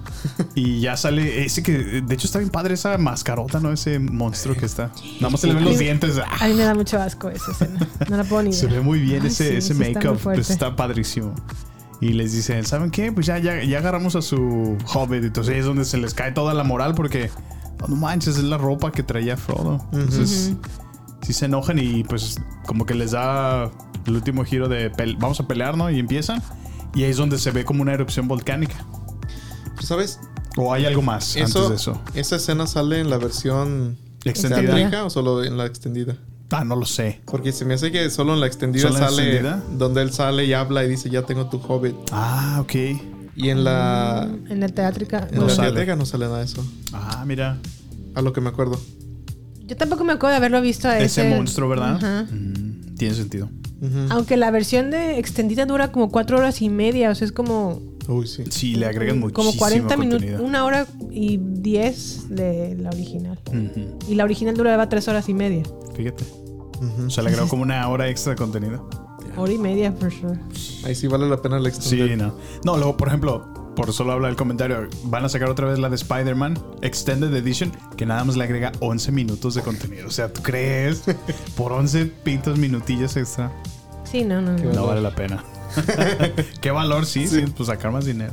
Speaker 1: Y ya sale ese que, de hecho, está bien padre esa mascarota, ¿no? Ese monstruo que está. Nada más se le ven los dientes. ¡ah!
Speaker 2: A mí me da mucho asco esa escena. No la puedo ni ver.
Speaker 1: Se ve muy bien
Speaker 2: Ay,
Speaker 1: ese,
Speaker 2: sí,
Speaker 1: ese
Speaker 2: sí está muy
Speaker 1: make-up.
Speaker 2: fuerte.
Speaker 1: pues está padrísimo. Y les dicen, ¿saben qué? Pues ya, ya, ya agarramos a su hobbit. Entonces ahí es donde se les cae toda la moral porque, "Oh, no manches, es la ropa que traía Frodo. Entonces, sí se enojan y pues como que les da el último giro de pel- vamos a pelear, ¿no? Y empiezan. Y ahí es donde se ve como una erupción volcánica.
Speaker 3: Pero, Pues, ¿Sabes?
Speaker 1: ¿O hay algo más antes
Speaker 3: Eso,
Speaker 1: de eso?
Speaker 3: Esa escena sale en la versión
Speaker 1: Extendida.
Speaker 3: teatrica o solo en la extendida.
Speaker 1: Ah, no lo sé.
Speaker 3: Porque se me hace que solo en la extendida
Speaker 1: ¿Solo en la
Speaker 3: sale
Speaker 1: extendida?
Speaker 3: donde él sale y habla y dice ya tengo tu hobbit.
Speaker 1: Ah, ok.
Speaker 3: Y en la
Speaker 2: Mm, En la teátrica.
Speaker 3: en
Speaker 1: No
Speaker 3: la
Speaker 1: sale.
Speaker 3: biblioteca no sale nada de eso.
Speaker 1: Ah, mira.
Speaker 3: A lo que me acuerdo.
Speaker 2: Yo tampoco me acuerdo de haberlo visto a
Speaker 1: Ese
Speaker 2: ese.
Speaker 1: monstruo, ¿verdad?
Speaker 2: Ajá.
Speaker 1: Mm, tiene sentido.
Speaker 2: Aunque la versión de extendida dura como cuatro horas y media, o sea, es como
Speaker 3: Uy, sí.
Speaker 1: Sí, le agregan muchísimo
Speaker 2: Mm, como 40 minutos,
Speaker 1: contenido.
Speaker 2: una hora y 10 de la original.
Speaker 1: Ujú,
Speaker 2: Y la original duraba tres horas y media.
Speaker 1: Fíjate. O sea, le agregó como una hora extra de contenido.
Speaker 2: Hora y media, for sure.
Speaker 3: Ahí sí vale la pena la
Speaker 1: Sí,
Speaker 3: extendida.
Speaker 1: no. No, luego, por ejemplo, por solo hablar el comentario, van a sacar otra vez la de Spider-Man Extended Edition, que nada más le agrega 11 minutos de contenido. O sea, ¿tú crees? Por 11 pintos minutillos extra.
Speaker 2: Sí, no, no, no.
Speaker 1: No vale la pena. Qué valor, sí, sí, pues sacar más dinero.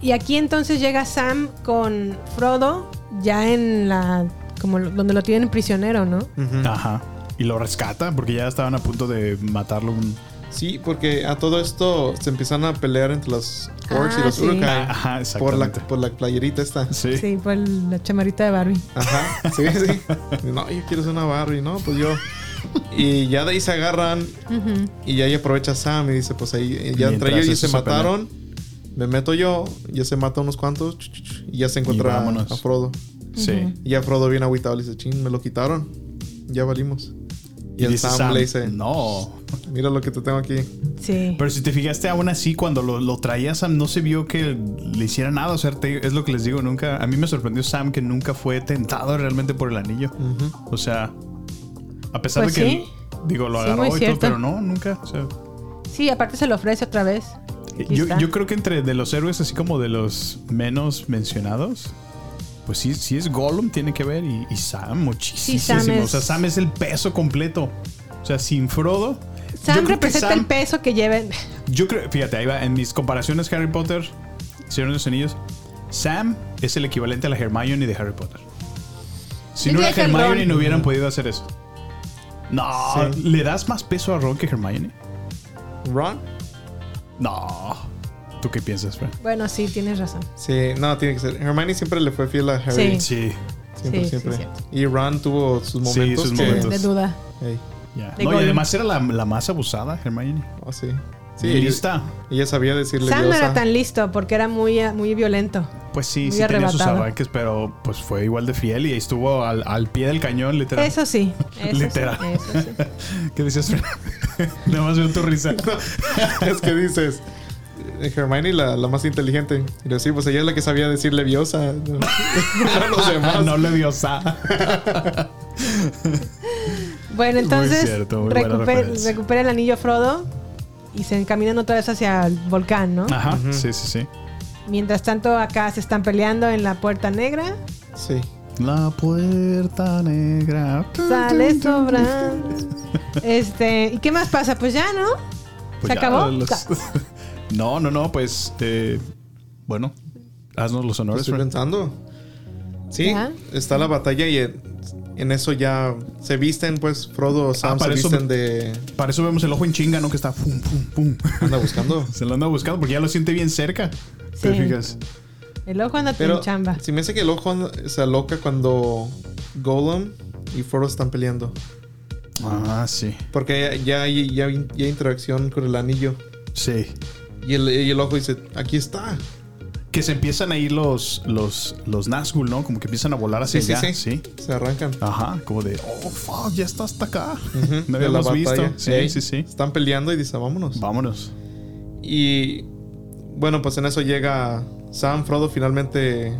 Speaker 2: Y aquí entonces llega Sam con Frodo, ya en la. como lo- donde lo tienen prisionero, ¿no?
Speaker 1: Ajá. Y lo rescata porque ya estaban a punto de matarlo un...
Speaker 3: Sí, porque a todo esto se empiezan a pelear entre los orcs
Speaker 2: Ah,
Speaker 3: y los
Speaker 2: sí.
Speaker 3: urukai
Speaker 1: Ajá,
Speaker 3: por la
Speaker 1: exactamente.
Speaker 3: por la playerita esta.
Speaker 1: Sí.
Speaker 2: Sí, por el- la chamarita de Barbie.
Speaker 3: Ajá, sí, sí. No, yo quiero ser una Barbie, no, pues yo. Y ya de ahí se agarran y ya ahí aprovecha Sam y dice, pues ahí eh, ya entre
Speaker 1: Mientras
Speaker 3: ellos ya
Speaker 1: eso
Speaker 3: se
Speaker 1: se
Speaker 3: mataron. Me meto yo, ya se mata unos cuantos ch, ch, ch, y ya se encuentra a,
Speaker 1: vámonos.
Speaker 3: a Frodo.
Speaker 1: Sí.
Speaker 3: Y ya Frodo viene agüitado le dice, chin, me lo quitaron. Ya valimos. Y, el
Speaker 1: dice
Speaker 3: Sam, le dice,
Speaker 1: No.
Speaker 3: mira lo que te tengo aquí.
Speaker 2: Sí.
Speaker 1: Pero si te fijaste, aún así, cuando lo, lo traía Sam, no se vio que le hiciera nada. O sea, te- es lo que les digo, nunca. A mí me sorprendió Sam que nunca fue tentado realmente por el anillo. O sea, a pesar
Speaker 2: Pues
Speaker 1: de que.
Speaker 2: sí.
Speaker 1: Digo, lo
Speaker 2: Sí,
Speaker 1: agarró
Speaker 2: muy
Speaker 1: y todo,
Speaker 2: cierto.
Speaker 1: pero no, nunca. O sea,
Speaker 2: Sí, aparte se lo ofrece otra vez. Aquí
Speaker 1: yo,
Speaker 2: está.
Speaker 1: yo creo que entre de los héroes, así como de los menos mencionados, pues sí, sí es Gollum, tiene que ver, y, y Sam, muchísimo.
Speaker 2: es-
Speaker 1: O sea, Sam es el peso completo. O sea, sin Frodo. yo creo
Speaker 2: Sam
Speaker 1: que
Speaker 2: representa
Speaker 1: Sam-
Speaker 2: el peso que lleven.
Speaker 1: Yo creo, fíjate, ahí va, en mis comparaciones Harry Potter, Señor de los Anillos, Sam es el equivalente a la Hermione de Harry Potter. Si
Speaker 2: Yo
Speaker 1: no era
Speaker 2: diría que Ron.
Speaker 1: Hermione no hubieran podido hacer eso. No,
Speaker 3: Sí.
Speaker 1: ¿le das más peso a Ron que Hermione?
Speaker 3: ¿Ron?
Speaker 1: No. ¿Tú qué piensas, Fran?
Speaker 2: Bueno, sí, tienes razón.
Speaker 3: Sí, no, tiene que ser. Hermione siempre le fue fiel a
Speaker 2: Sí.
Speaker 3: Harry.
Speaker 1: Sí,
Speaker 3: Siempre,
Speaker 2: Sí, sí,
Speaker 3: siempre.
Speaker 2: cierto.
Speaker 3: y Ron tuvo sus
Speaker 1: Sí,
Speaker 3: momentos.
Speaker 1: sus
Speaker 3: que-
Speaker 1: momentos.
Speaker 2: De
Speaker 1: Entonces-
Speaker 2: duda.
Speaker 3: Ey,
Speaker 1: ya. No, y
Speaker 2: De Gollum.
Speaker 1: además era la, la más abusada, Hermione.
Speaker 3: oh, sí. Sí,
Speaker 1: Sí,
Speaker 3: ella-
Speaker 1: lista.
Speaker 3: Ella sabía decirle
Speaker 2: Sam no
Speaker 3: diosa.
Speaker 2: era tan listo porque era muy, muy violento.
Speaker 1: Pues sí,
Speaker 2: Muy
Speaker 1: sí tenía sus
Speaker 2: arrebatada.
Speaker 1: arranques, pero pues fue igual de fiel y ahí estuvo al, al pie del cañón, literal.
Speaker 2: Eso sí. Eso
Speaker 1: Literal.
Speaker 2: Sí, eso sí.
Speaker 1: ¿Qué decías, Fran? Nada más veo tu risa.
Speaker 3: es que dices. eh, Hermione, la, la más inteligente. Y yo, sí, pues ella es la que sabía decir leviosa. No, no los demás.
Speaker 1: no le dio sa.
Speaker 2: Bueno, entonces
Speaker 1: cierto, muy buena
Speaker 2: recupe-
Speaker 1: referencia.
Speaker 2: recupera el anillo Frodo y se encaminan otra vez hacia el volcán, ¿no?
Speaker 3: Ah.
Speaker 1: Ajá, sí, sí, sí.
Speaker 2: Mientras tanto, acá se están peleando en la puerta negra.
Speaker 3: Sí.
Speaker 1: La puerta negra.
Speaker 2: Sale sobrando. Este, ¿y qué más pasa? Pues ya, ¿no?
Speaker 1: Pues
Speaker 2: ¿Se
Speaker 1: ya,
Speaker 2: acabó?
Speaker 1: los- No, no, no, pues. eh, bueno, haznos los honores.
Speaker 3: Estoy
Speaker 1: Fran.
Speaker 3: pensando. Sí,
Speaker 2: Ya.
Speaker 3: está la batalla y en, en eso ya se visten, pues Frodo, Sam se
Speaker 1: para eso-
Speaker 3: visten de.
Speaker 1: Para eso vemos el ojo en chinga, ¿no? Que está pum, pum, pum.
Speaker 3: Anda buscando.
Speaker 1: Se lo anda buscando porque ya lo siente bien cerca. ¿Te
Speaker 2: Sí.
Speaker 1: fijas?
Speaker 2: El ojo anda
Speaker 3: Pero
Speaker 2: en chamba.
Speaker 3: si me hace que el ojo se aloca cuando Golem y Frodo están peleando.
Speaker 1: Ah, sí.
Speaker 3: Porque ya, ya, hay- ya hay- ya hay interacción con el anillo.
Speaker 1: Sí.
Speaker 3: Y el, y el ojo dice, aquí está.
Speaker 1: Que se empiezan a ir los, los, los Nazgûl, ¿no? Como que empiezan a volar hacia
Speaker 3: Sí, sí,
Speaker 1: allá.
Speaker 3: sí, Se arrancan.
Speaker 1: Ajá, como de, oh, fuck, ya está hasta acá.
Speaker 3: Ujú,
Speaker 1: No
Speaker 3: de la
Speaker 1: habíamos visto.
Speaker 3: batalla.
Speaker 1: Sí,
Speaker 3: Ey,
Speaker 1: sí, sí.
Speaker 3: Están peleando y dicen, vámonos.
Speaker 1: Vámonos.
Speaker 3: Y bueno, pues en eso llega Sam, Frodo finalmente.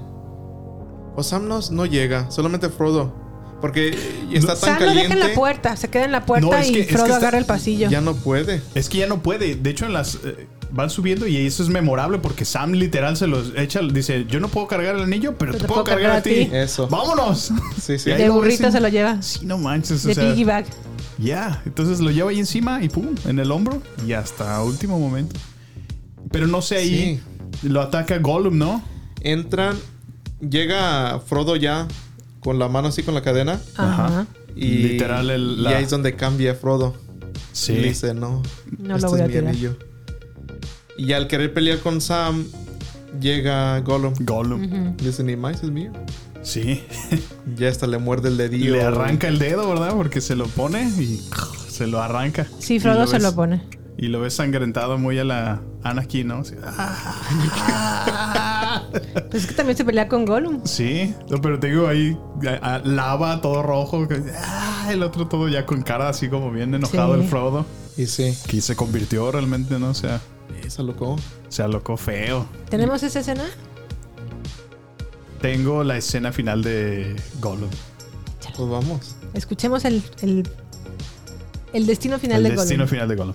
Speaker 3: O Sam no, no llega, solamente Frodo. Porque está tan
Speaker 2: Sam lo deja
Speaker 3: caliente.
Speaker 2: en la puerta, se queda en la puerta
Speaker 1: No, es que-
Speaker 2: y
Speaker 1: es que
Speaker 2: Frodo
Speaker 1: está-
Speaker 2: agarra el pasillo.
Speaker 3: Ya no puede.
Speaker 1: Es que ya no puede. De hecho, en las eh, van subiendo y eso es memorable porque Sam literal se los echa. Dice: Yo no puedo cargar el anillo, pero, te, puedo cargar, a ti.
Speaker 3: Eso.
Speaker 1: ¡Vámonos!
Speaker 3: Sí, sí.
Speaker 1: Y ahí
Speaker 2: de
Speaker 1: lo
Speaker 2: burrito
Speaker 1: ves en-
Speaker 2: se lo lleva.
Speaker 1: Sí, no manches.
Speaker 2: De
Speaker 1: o sea,
Speaker 2: piggy bag.
Speaker 1: Ya, entonces lo lleva ahí encima y pum, en el hombro y hasta último momento. Pero no sé ahí, lo ataca Gollum, ¿no?
Speaker 3: Entran, llega Frodo ya con la mano así con la cadena.
Speaker 2: Ajá.
Speaker 1: Ajá.
Speaker 3: Y,
Speaker 1: Literal, el-
Speaker 3: y
Speaker 1: la-
Speaker 3: ahí es donde cambia Frodo.
Speaker 1: Sí.
Speaker 3: Y le dice, no,
Speaker 2: No lo
Speaker 3: este
Speaker 2: voy
Speaker 3: es
Speaker 2: a
Speaker 3: mi
Speaker 2: tirar".
Speaker 3: anillo". Y al querer pelear con Sam, llega Gollum.
Speaker 1: Gollum.
Speaker 3: Le Dice, ni más es mío.
Speaker 1: Sí.
Speaker 3: Ya hasta le muerde el
Speaker 1: Y
Speaker 3: dedillo.
Speaker 1: le arranca el dedo, ¿verdad? Porque se lo pone y se lo arranca.
Speaker 2: Sí,
Speaker 1: Y
Speaker 2: Frodo se
Speaker 1: ves-
Speaker 2: lo pone.
Speaker 1: Y lo ves sangrentado muy a la Anakin, ¿no? Así, ah.
Speaker 2: Pues es que también se pelea con Gollum.
Speaker 1: sí, no, pero te digo ahí, a- a- lava todo rojo, que- ah, el otro todo ya con cara así como bien enojado
Speaker 2: Sí.
Speaker 1: el Frodo.
Speaker 3: Y sí,
Speaker 1: Que se convirtió realmente, ¿no? O sea,
Speaker 3: esa loco.
Speaker 1: se alocó feo.
Speaker 2: ¿Tenemos esa escena?
Speaker 1: Tengo la escena final de Gollum.
Speaker 3: Pues vamos.
Speaker 2: Escuchemos el, el, el destino final
Speaker 1: El
Speaker 2: de
Speaker 1: destino
Speaker 2: Gollum.
Speaker 1: final de Gollum.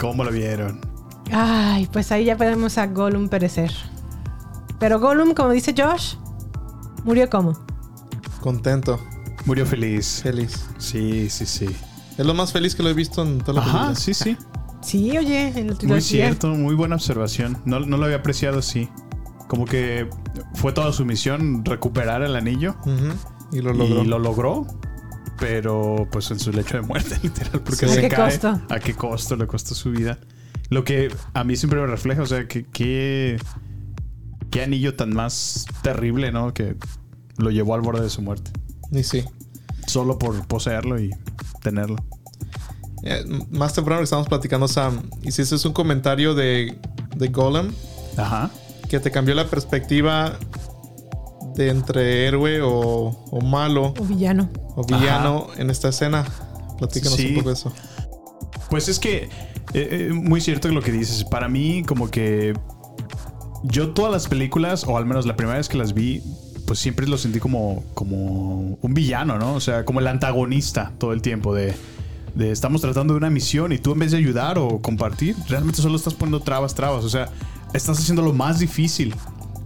Speaker 1: ¿Cómo lo vieron?
Speaker 2: Ay, pues ahí ya podemos a Gollum perecer. Pero Gollum, como dice Josh, murió como.
Speaker 3: Contento,
Speaker 1: Murió feliz.
Speaker 3: feliz.
Speaker 1: Sí, sí, sí.
Speaker 3: Es lo más feliz que lo he visto en toda la
Speaker 1: Ajá,
Speaker 3: película.
Speaker 1: sí, sí.
Speaker 2: Sí, oye, en la trilogía.
Speaker 1: Muy cierto, muy buena observación. No, no lo había apreciado así. Como que fue toda su misión recuperar el anillo
Speaker 3: Ujú. Y lo logró.
Speaker 1: y lo logró, pero pues en su lecho de muerte, literal, porque
Speaker 3: Sí.
Speaker 1: se
Speaker 2: ¿A qué
Speaker 1: cae.
Speaker 2: costo?
Speaker 1: ¿A qué costo le costó su vida? Lo que a mí siempre me refleja, o sea, que qué qué anillo tan más terrible, ¿no? Que lo llevó al borde de su muerte,
Speaker 3: Y sí.
Speaker 1: solo por poseerlo y tenerlo.
Speaker 3: Eh, m- más temprano que estábamos platicando, Sam, hiciste un comentario de, de Golem
Speaker 1: Ajá.
Speaker 3: que te cambió la perspectiva de entre héroe o, o malo
Speaker 2: O villano.
Speaker 3: o villano en esta escena. Platícanos
Speaker 1: Sí.
Speaker 3: un poco de eso.
Speaker 1: Pues es que, eh, eh, muy cierto lo que dices. Para mí, como que yo todas las películas, o al menos la primera vez que las vi, pues siempre lo sentí como, como un villano, ¿no? O sea, como el antagonista todo el tiempo de, de estamos tratando de una misión y tú en vez de ayudar o compartir, realmente solo estás poniendo trabas, trabas. O sea, estás haciendo lo más difícil.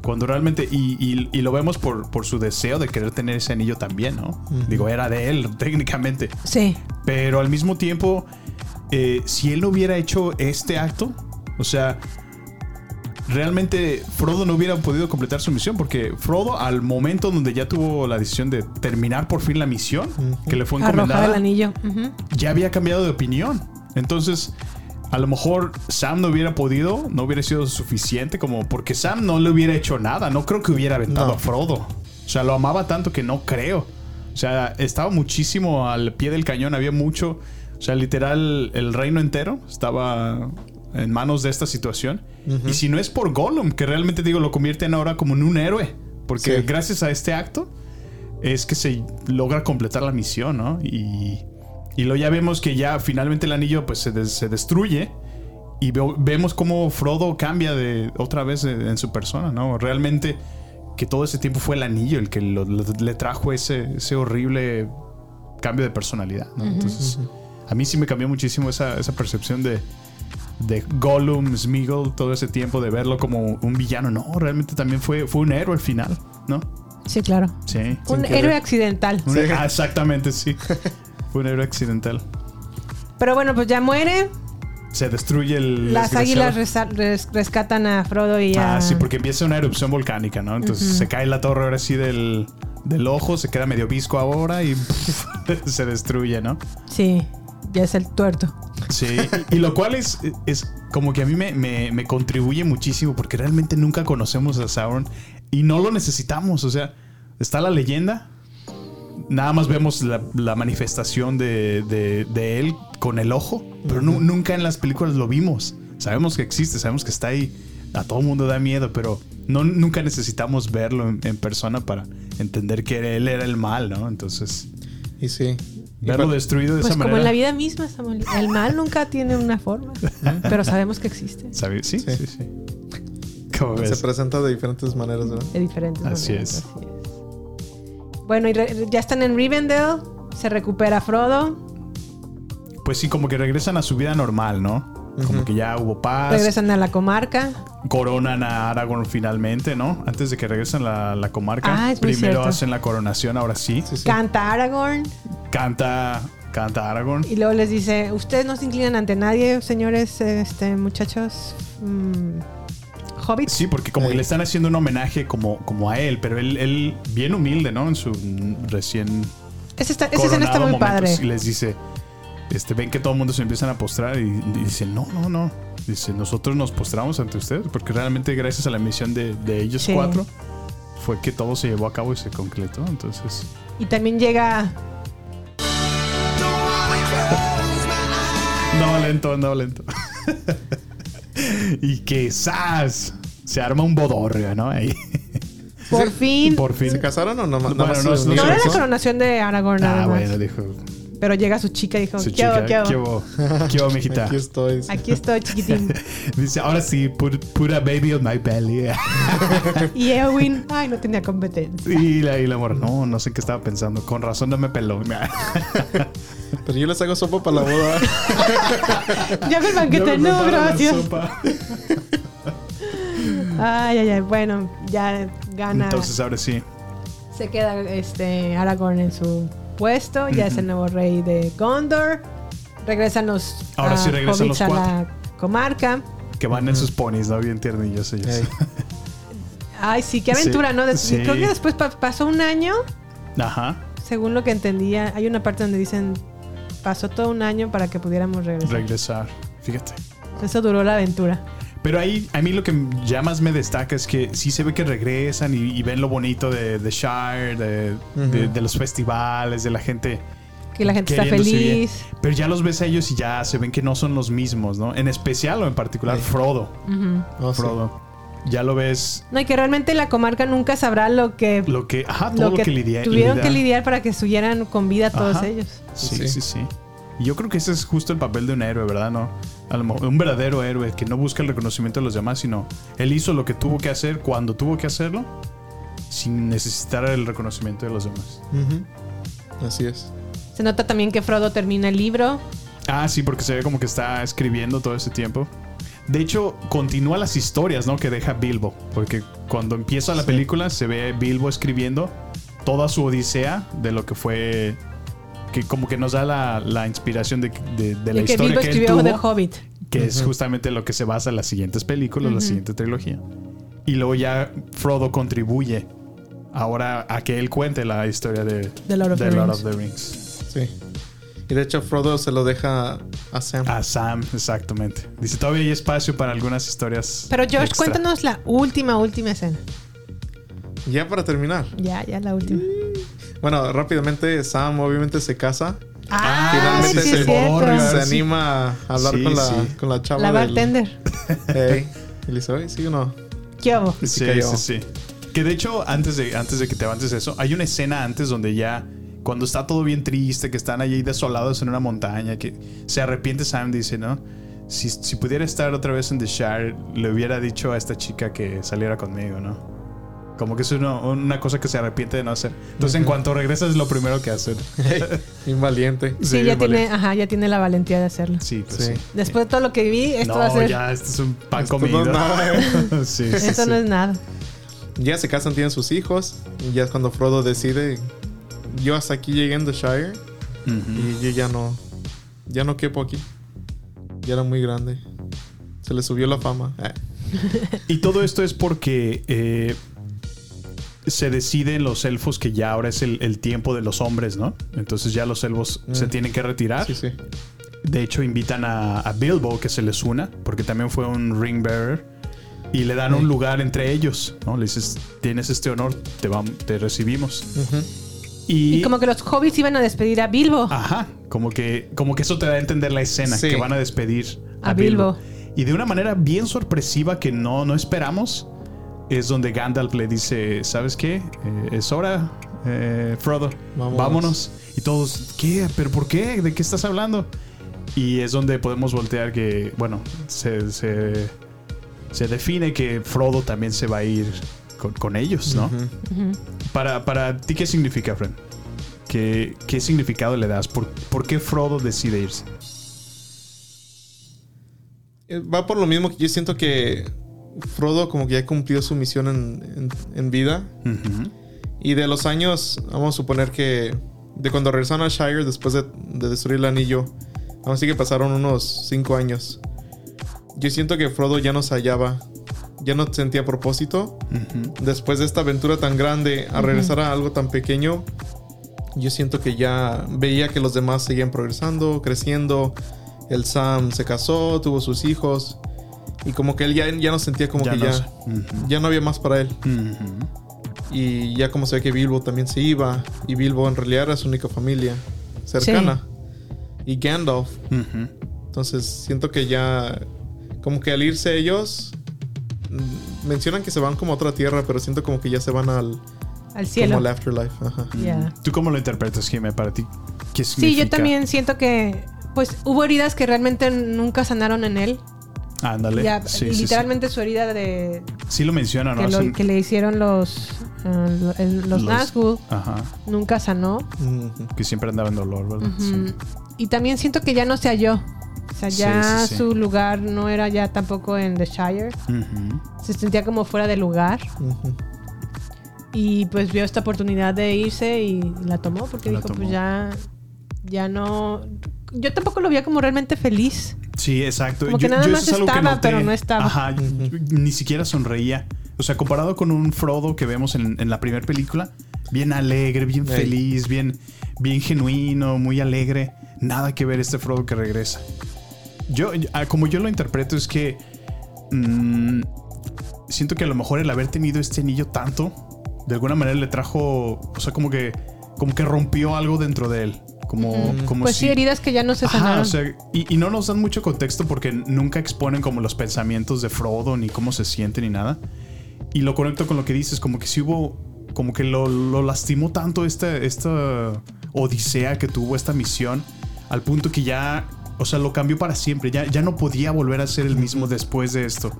Speaker 1: Cuando realmente, y, y- y lo vemos por, por su deseo de querer tener ese anillo también, ¿no? Digo, era de él técnicamente.
Speaker 2: Sí.
Speaker 1: Pero al mismo tiempo, eh, si él no hubiera hecho este acto, o sea, realmente Frodo no hubiera podido completar su misión, porque Frodo al momento donde ya tuvo la decisión de terminar por fin la misión que le fue
Speaker 2: Arrojar el
Speaker 1: encomendada,
Speaker 2: anillo. Ujú.
Speaker 1: ya había cambiado de opinión. Entonces, a lo mejor Sam no hubiera podido, no hubiera sido suficiente como porque Sam no le hubiera hecho nada. No creo que hubiera aventado
Speaker 3: No.
Speaker 1: a Frodo. O sea, lo amaba tanto que no creo. O sea, estaba muchísimo al pie del cañón, había mucho. O sea, literal, el reino entero estaba en manos de esta situación. Y si no es por Gollum, que realmente digo, lo convierten ahora como en un héroe. Porque
Speaker 3: Sí.
Speaker 1: gracias a este acto, es que se logra completar la misión, ¿no? Y, y luego ya vemos que ya finalmente el anillo pues se, des- se destruye y veo- vemos cómo Frodo cambia de otra vez en, en su persona, ¿no? Realmente que todo ese tiempo fue el anillo el que lo- lo- le trajo ese, ese horrible cambio de personalidad, ¿no? Entonces, a mí sí me cambió muchísimo esa, esa percepción de, de Gollum, Smeagol, todo ese tiempo de verlo como un villano. No, realmente también fue, fue un héroe al final, ¿no?
Speaker 2: Sí, claro.
Speaker 1: Sí.
Speaker 2: Un
Speaker 3: querer.
Speaker 2: héroe accidental.
Speaker 1: Un- ah, exactamente, sí. Fue un héroe accidental.
Speaker 2: Pero bueno, pues ya muere.
Speaker 1: Se destruye el.
Speaker 2: Las águilas
Speaker 1: desgraciado.
Speaker 2: resa- res- rescatan a Frodo y a.
Speaker 1: Ah, sí, porque empieza una erupción volcánica, ¿no? Entonces se cae la torre ahora sí del, del ojo, se queda medio visco ahora y se destruye, ¿no?
Speaker 2: Sí, ya es el tuerto.
Speaker 1: Sí, y lo cual es, es como que a mí me, me- me contribuye muchísimo porque realmente nunca conocemos a Sauron y no lo necesitamos. O sea, está la leyenda, nada más vemos la, la manifestación de, de- de él con el ojo, pero nu- nunca en las películas lo vimos. Sabemos que existe, sabemos que está ahí. A todo mundo da miedo, pero no, nunca necesitamos verlo en, en persona para entender que él era el mal, ¿no? Entonces,
Speaker 3: Y sí. Y
Speaker 1: verlo
Speaker 3: pa-
Speaker 1: destruido de
Speaker 2: Pues
Speaker 1: esa
Speaker 2: como en
Speaker 1: manera.
Speaker 2: la vida misma, Samuel. El mal nunca tiene una forma, pero sabemos que existe
Speaker 1: ¿sabe? Sí, sí,
Speaker 3: Sí.
Speaker 1: sí. Pues ¿Cómo
Speaker 3: se
Speaker 1: ves?
Speaker 3: presenta de diferentes maneras, ¿verdad?
Speaker 2: de diferentes
Speaker 1: Así
Speaker 2: maneras,
Speaker 1: es.
Speaker 2: así es. Bueno, y re- ya están en Rivendell. Se recupera Frodo.
Speaker 1: Pues sí, como que regresan a su vida normal, ¿no? Como que ya hubo paz,
Speaker 2: Regresan a la comarca.
Speaker 1: coronan a Aragorn finalmente, ¿no? Antes de que regresen a la, la comarca,
Speaker 2: Ah, es muy
Speaker 1: primero
Speaker 2: cierto.
Speaker 1: hacen la coronación, ahora sí.
Speaker 3: Sí, sí.
Speaker 2: Canta Aragorn.
Speaker 1: Canta, canta Aragorn.
Speaker 2: Y luego les dice: Ustedes no se inclinan ante nadie, señores, este, muchachos. mm, hobbits.
Speaker 1: Sí, porque como que le están haciendo un homenaje como, como a él, pero él, él bien humilde, ¿no? En su mm, recién
Speaker 2: Esa está- esa escena
Speaker 1: coronado
Speaker 2: está muy
Speaker 1: momento,
Speaker 2: padre.
Speaker 1: Y les dice, este, ven que todo el mundo se empiezan a postrar y, y dicen, no, no, no. Dice, nosotros nos postramos ante ustedes porque realmente gracias a la misión de, de ellos
Speaker 2: Sí.
Speaker 1: cuatro fue que todo se llevó a cabo y se concretó. Entonces,
Speaker 2: Y también llega
Speaker 1: no lento, no lento. y quizás se arma un bodorrio, ¿no? Ahí.
Speaker 2: por fin.
Speaker 1: Por fin.
Speaker 3: ¿Se casaron o no?
Speaker 1: Bueno, no, no
Speaker 2: no
Speaker 1: se
Speaker 2: era la
Speaker 1: casó.
Speaker 2: coronación de Aragorn, nada
Speaker 1: Ah,
Speaker 2: más.
Speaker 1: bueno, dijo
Speaker 2: Pero llega su chica y dijo:
Speaker 1: su
Speaker 2: ¿Qué hago,
Speaker 1: chica.
Speaker 2: qué hago?
Speaker 1: ¿Qué hubo? ¿Qué hubo, mijita?
Speaker 3: Aquí estoy.
Speaker 2: Aquí estoy, chiquitín.
Speaker 1: Dice, ahora sí, put, put a baby on my belly.
Speaker 2: Y Eowyn, ay, no tenía competencia.
Speaker 1: Y la, y la morra, no, no sé qué estaba pensando. Con razón no me peló.
Speaker 3: Pero yo les hago sopa para la boda.
Speaker 2: Ya me el banquete,
Speaker 1: Yo me
Speaker 2: no,
Speaker 1: preparo la
Speaker 2: gracias.
Speaker 1: sopa.
Speaker 2: Ay, ay, ay, bueno, ya gana.
Speaker 1: Entonces ahora sí.
Speaker 2: Se queda este Aragorn en su puesto, ya es el nuevo rey de Gondor. Regresan los ah,
Speaker 1: Ahora sí regresan
Speaker 2: hobbits
Speaker 1: los
Speaker 2: a la comarca.
Speaker 1: Que van en sus ponis, ¿no? Bien tiernillos ellos.
Speaker 3: Ey.
Speaker 2: Ay, sí, qué
Speaker 1: Sí,
Speaker 2: aventura, ¿no? De-
Speaker 1: sí.
Speaker 2: Creo que después pa- pasó un año,
Speaker 1: Ajá.
Speaker 2: según lo que entendía. Hay una parte donde dicen, pasó todo un año para que pudiéramos regresar.
Speaker 1: Regresar. Fíjate.
Speaker 2: Eso duró la aventura.
Speaker 1: Pero ahí, a mí lo que ya más me destaca es que sí se ve que regresan y, y ven lo bonito de, de Shire, de, de- de los festivales, de la gente.
Speaker 2: Que la gente está
Speaker 1: queriéndose
Speaker 2: feliz.
Speaker 1: bien. Pero ya los ves a ellos y ya se ven que no son los mismos, ¿no? En especial o en particular Frodo.
Speaker 2: Pues
Speaker 3: No, Oh, sí.
Speaker 1: Frodo. Ya lo ves
Speaker 2: No, y que realmente la comarca nunca sabrá lo que,
Speaker 1: lo que, ajá, todo
Speaker 2: lo
Speaker 1: lo que,
Speaker 2: que
Speaker 1: lidia-
Speaker 2: tuvieron
Speaker 1: lidia-
Speaker 2: que lidiar para que estuvieran con vida todos
Speaker 1: Ajá.
Speaker 2: ellos.
Speaker 1: Sí, sí,
Speaker 3: Sí.
Speaker 1: sí. Y Yo creo que ese es justo el papel de un héroe, ¿verdad? No, a lo mejor- un verdadero héroe que no busca el reconocimiento de los demás, sino él hizo lo que tuvo que hacer cuando tuvo que hacerlo, sin necesitar el reconocimiento de los demás.
Speaker 3: Ujú. Así es.
Speaker 2: Se nota también que Frodo termina el libro.
Speaker 1: Ah, sí, porque se ve como que está escribiendo todo ese tiempo. De hecho, continúa las historias, ¿no? Que deja Bilbo, porque cuando empieza la película se ve Bilbo escribiendo toda su odisea de lo que fue, que como que nos da la, la inspiración de, de- de la
Speaker 2: de que
Speaker 1: historia
Speaker 2: Bilbo
Speaker 1: que él
Speaker 2: escribió
Speaker 1: tuvo.
Speaker 2: The Hobbit.
Speaker 1: que es justamente lo que se basa en las siguientes películas, la siguiente trilogía. Y luego ya Frodo contribuye ahora a que él cuente la historia de,
Speaker 2: The Lord of the Rings.
Speaker 1: of the Rings.
Speaker 3: Sí. Y de hecho, Frodo se lo deja a Sam.
Speaker 1: A Sam, exactamente. Dice, todavía hay espacio para algunas historias.
Speaker 2: Pero George,
Speaker 1: extra".
Speaker 2: cuéntanos la última, última escena.
Speaker 3: Ya para terminar.
Speaker 2: Ya, ya la última.
Speaker 3: Bueno, rápidamente, Sam obviamente se casa.
Speaker 2: Ah,
Speaker 3: finalmente
Speaker 2: sí,
Speaker 3: se
Speaker 2: es cierto.
Speaker 1: borra. Ah,
Speaker 3: Se
Speaker 1: sí.
Speaker 3: anima a hablar
Speaker 1: Sí,
Speaker 3: con, la,
Speaker 1: sí.
Speaker 3: con la chava.
Speaker 2: La
Speaker 3: del-
Speaker 2: bartender.
Speaker 3: Ey. Y le dice, "Oye, ¿sí o no?
Speaker 2: ¿Qué hubo?
Speaker 1: Sí,
Speaker 3: cayó.
Speaker 1: sí, sí. Que de hecho, antes de, antes de que te avances eso, hay una escena antes donde ya, cuando está todo bien triste, que están allí desolados en una montaña, que se arrepiente Sam, dice, ¿no? si, si pudiera estar otra vez en The Shire, le hubiera dicho a esta chica que saliera conmigo, ¿no? Como que es uno- una cosa que se arrepiente de no hacer. Entonces, en cuanto regresas, es lo primero que hacen.
Speaker 3: Bien valiente.
Speaker 2: Sí, ya
Speaker 1: vale.
Speaker 2: tiene, ajá, ya tiene la valentía de hacerlo.
Speaker 1: Sí, pues sí.
Speaker 3: Sí.
Speaker 2: Después de todo lo que vi, esto va a
Speaker 1: No,
Speaker 2: ser.
Speaker 1: ya, esto es un pan
Speaker 3: Esto no es
Speaker 1: comido.
Speaker 3: nada. eh.
Speaker 1: sí, sí,
Speaker 2: esto
Speaker 1: sí.
Speaker 2: no es nada.
Speaker 3: Ya se casan, tienen sus hijos. Y ya es cuando Frodo decide: Yo hasta aquí llegué en The Shire.
Speaker 1: Ujú.
Speaker 3: Y yo ya no. Ya no quepo aquí. Ya era muy grande. Se le subió la fama. Eh,
Speaker 1: Y todo esto es porque eh, se deciden los elfos que ya ahora es el, el tiempo de los hombres, ¿no? Entonces ya los elfos se tienen que retirar.
Speaker 3: Mm. sí, sí.
Speaker 1: De hecho, invitan a, a Bilbo que se les una, porque también fue un ring bearer. Y le
Speaker 3: Mm.
Speaker 1: dan un lugar entre ellos, ¿no? Le dices, tienes este honor, te, vam- te recibimos.
Speaker 3: Mm.
Speaker 2: Y como que los hobbits iban a despedir a Bilbo.
Speaker 1: Ajá, como que, como que eso te da a entender la escena,
Speaker 3: Sí.
Speaker 1: que van a despedir
Speaker 2: A Bilbo.
Speaker 1: Y de una manera bien sorpresiva que no, no esperamos, es donde Gandalf le dice, ¿sabes qué? Eh, es hora, eh, Frodo, vámonos.
Speaker 3: Vámonos.
Speaker 1: Y todos, ¿qué? ¿Pero por qué? ¿De qué estás hablando? Y es donde podemos voltear que, bueno, se, se, se define que Frodo también se va a ir con, con ellos, ¿no? para, para ti, ¿qué significa, Fren? ¿Qué, qué significado le das? ¿Por, por qué Frodo decide irse?
Speaker 3: Eh, Va por lo mismo que yo siento que Frodo como que ya cumplió su misión en, en- en vida.
Speaker 1: Ujú.
Speaker 3: Y de los años, vamos a suponer que de cuando regresaron a Shire después de, de destruir el anillo, vamos a decir que pasaron unos 5 años. Yo siento que Frodo ya nos hallaba, ya no sentía propósito. Después de esta aventura tan grande, a regresar a algo tan pequeño, yo siento que ya veía que los demás seguían progresando, creciendo. El Sam se casó, tuvo sus hijos. Y como que él ya, ya no sentía como
Speaker 1: Ya
Speaker 3: que
Speaker 1: no sé.
Speaker 3: ya, ya no había más para él.
Speaker 1: Ujú.
Speaker 3: Y ya como se ve que Bilbo también se iba. Y Bilbo en realidad era su única familia cercana. Y Gandalf.
Speaker 1: Ujú.
Speaker 3: Entonces siento que ya... Como que al irse ellos... mm, Mencionan que se van como a otra tierra, pero siento como que ya se van al...
Speaker 2: al cielo.
Speaker 3: Como al afterlife. Ajá.
Speaker 2: Ya.
Speaker 1: ¿Tú cómo lo interpretas, Jimé, para ti? ¿Qué
Speaker 2: Sí,
Speaker 1: significa?
Speaker 2: yo también siento que pues hubo heridas que realmente nunca sanaron en él.
Speaker 1: Ándale.
Speaker 2: Ya,
Speaker 1: sí, sí,
Speaker 2: literalmente su herida de
Speaker 1: Sí, Sí lo menciona, ¿no?
Speaker 2: que, lo-
Speaker 1: Hacen-
Speaker 2: que le hicieron los eh, el-
Speaker 1: los-
Speaker 2: los, Nazgûl
Speaker 1: Ajá.
Speaker 2: nunca sanó.
Speaker 3: Ujú.
Speaker 1: Que siempre andaba en dolor, ¿verdad? Sí.
Speaker 2: Mm, Y también siento que ya no se halló. O sea,
Speaker 1: Sí,
Speaker 2: ya
Speaker 1: sí, sí.
Speaker 2: su lugar no era ya tampoco en The Shire.
Speaker 1: Ujú.
Speaker 2: Se sentía como fuera de lugar.
Speaker 3: Ujú.
Speaker 2: Y pues vio esta oportunidad de irse y la tomó porque
Speaker 1: La
Speaker 2: dijo,
Speaker 1: tomó.
Speaker 2: pues ya, ya no... Yo tampoco lo veía como realmente feliz.
Speaker 1: Sí, exacto.
Speaker 2: Como que nada
Speaker 1: eso
Speaker 2: más
Speaker 1: es algo que
Speaker 2: estaba,
Speaker 1: noté.
Speaker 2: pero no estaba.
Speaker 1: Ajá, yo- ni siquiera sonreía. O sea, comparado con un Frodo que vemos en, en la primera película, bien alegre, bien
Speaker 3: Ey.
Speaker 1: feliz, bien, bien genuino, muy alegre. Nada que ver este Frodo que regresa. Yo, ah, como yo lo interpreto, es que mm, siento que a lo mejor el haber tenido este anillo tanto, de alguna manera le trajo, o sea, como que, como que rompió algo dentro de él. Como, como
Speaker 2: Pues sí,
Speaker 1: si-
Speaker 2: heridas que ya no se
Speaker 1: Ajá,
Speaker 2: sanaron.
Speaker 1: o sea, y, y no nos dan mucho contexto porque nunca exponen como los pensamientos de Frodo, ni cómo se siente, ni nada. Y lo conecto con lo que dices, como que si hubo, como que lo, lo lastimó tanto esta, esta odisea que tuvo, esta misión, al punto que ya, o sea, lo cambió para siempre, ya, ya no podía volver a ser el mismo después de esto.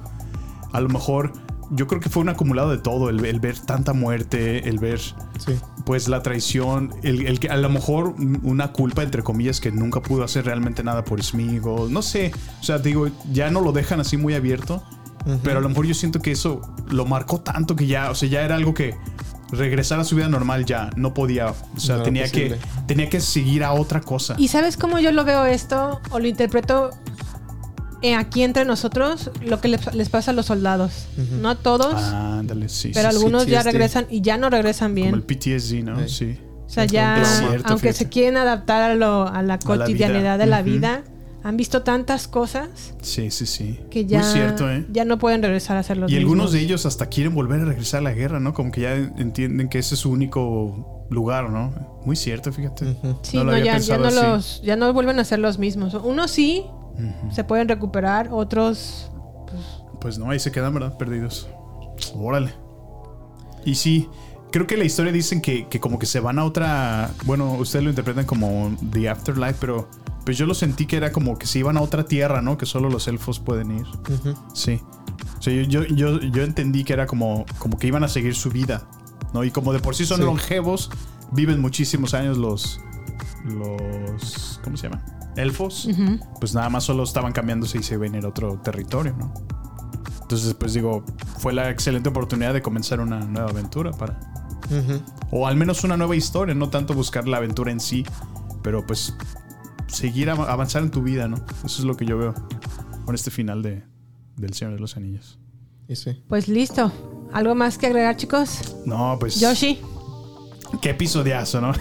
Speaker 1: A lo mejor, yo creo que fue un acumulado de todo, el, el ver tanta muerte, el ver
Speaker 3: Sí.
Speaker 1: pues la traición, el, el que a lo mejor un- una culpa entre comillas que nunca pudo hacer realmente nada por Smigo, no sé, o sea, digo, ya no lo dejan así muy abierto, pero a lo mejor yo siento que eso lo marcó tanto que ya, o sea, ya era algo que regresar a su vida normal ya no podía, o sea,
Speaker 3: No era
Speaker 1: tenía
Speaker 3: posible.
Speaker 1: que tenía que seguir a otra cosa.
Speaker 2: ¿Y sabes cómo yo lo veo esto o lo interpreto eh, aquí entre nosotros? Lo que les, les pasa a los soldados. No a todos,
Speaker 1: Ándale, Ah, sí,
Speaker 2: pero
Speaker 1: sí, sí. este,
Speaker 2: algunos ya
Speaker 3: PTSD.
Speaker 2: regresan y ya no regresan
Speaker 1: como
Speaker 2: bien.
Speaker 1: el PTSD, ¿no? Sí.
Speaker 2: O sea, ya,
Speaker 1: Es cierto,
Speaker 2: aunque
Speaker 1: fíjate.
Speaker 2: se quieren adaptar a, lo- a la cotidianidad de la vida, han visto tantas cosas
Speaker 1: Sí, sí, sí.
Speaker 2: que ya,
Speaker 1: Muy cierto, ¿eh?
Speaker 2: ya no pueden regresar a ser los
Speaker 1: Y algunos
Speaker 2: mismos.
Speaker 1: de ellos hasta quieren volver a regresar a la guerra, ¿no? Como que ya entienden que ese es su único lugar, ¿no? Muy cierto, fíjate.
Speaker 3: Mm.
Speaker 2: Sí,
Speaker 1: lo
Speaker 2: no,
Speaker 1: había
Speaker 2: ya, ya
Speaker 1: pensado
Speaker 2: no
Speaker 1: así.
Speaker 2: los, ya no vuelven a ser los mismos. Unos sí se pueden recuperar, otros
Speaker 1: Pues no, ahí se quedan, ¿verdad? Perdidos. Órale. Y sí, creo que la historia dicen que, que como que se van a otra... Bueno, ustedes lo interpretan como The Afterlife, pero... Pues yo lo sentí que era como que se iban a otra tierra, ¿no? Que solo los elfos pueden ir. Sí. O sea, yo, yo, yo, yo entendí que era como, como que iban a seguir su vida, ¿no? Y como de por sí son
Speaker 3: Sí.
Speaker 1: longevos, viven muchísimos años los. Los. ¿Cómo se llama? Elfos. Pues nada más solo estaban cambiándose y se iban a ir a otro territorio, ¿no? Entonces, pues digo, fue la excelente oportunidad de comenzar una nueva aventura para. O al menos una nueva historia, no tanto buscar la aventura en sí, pero pues seguir av- avanzar en tu vida, ¿no? Eso es lo que yo veo con este final de del Señor de los Anillos.
Speaker 3: Y sí.
Speaker 2: Pues listo. ¿Algo más que agregar, chicos?
Speaker 1: No, pues
Speaker 2: Yoshi.
Speaker 1: qué episodiazo, ¿no?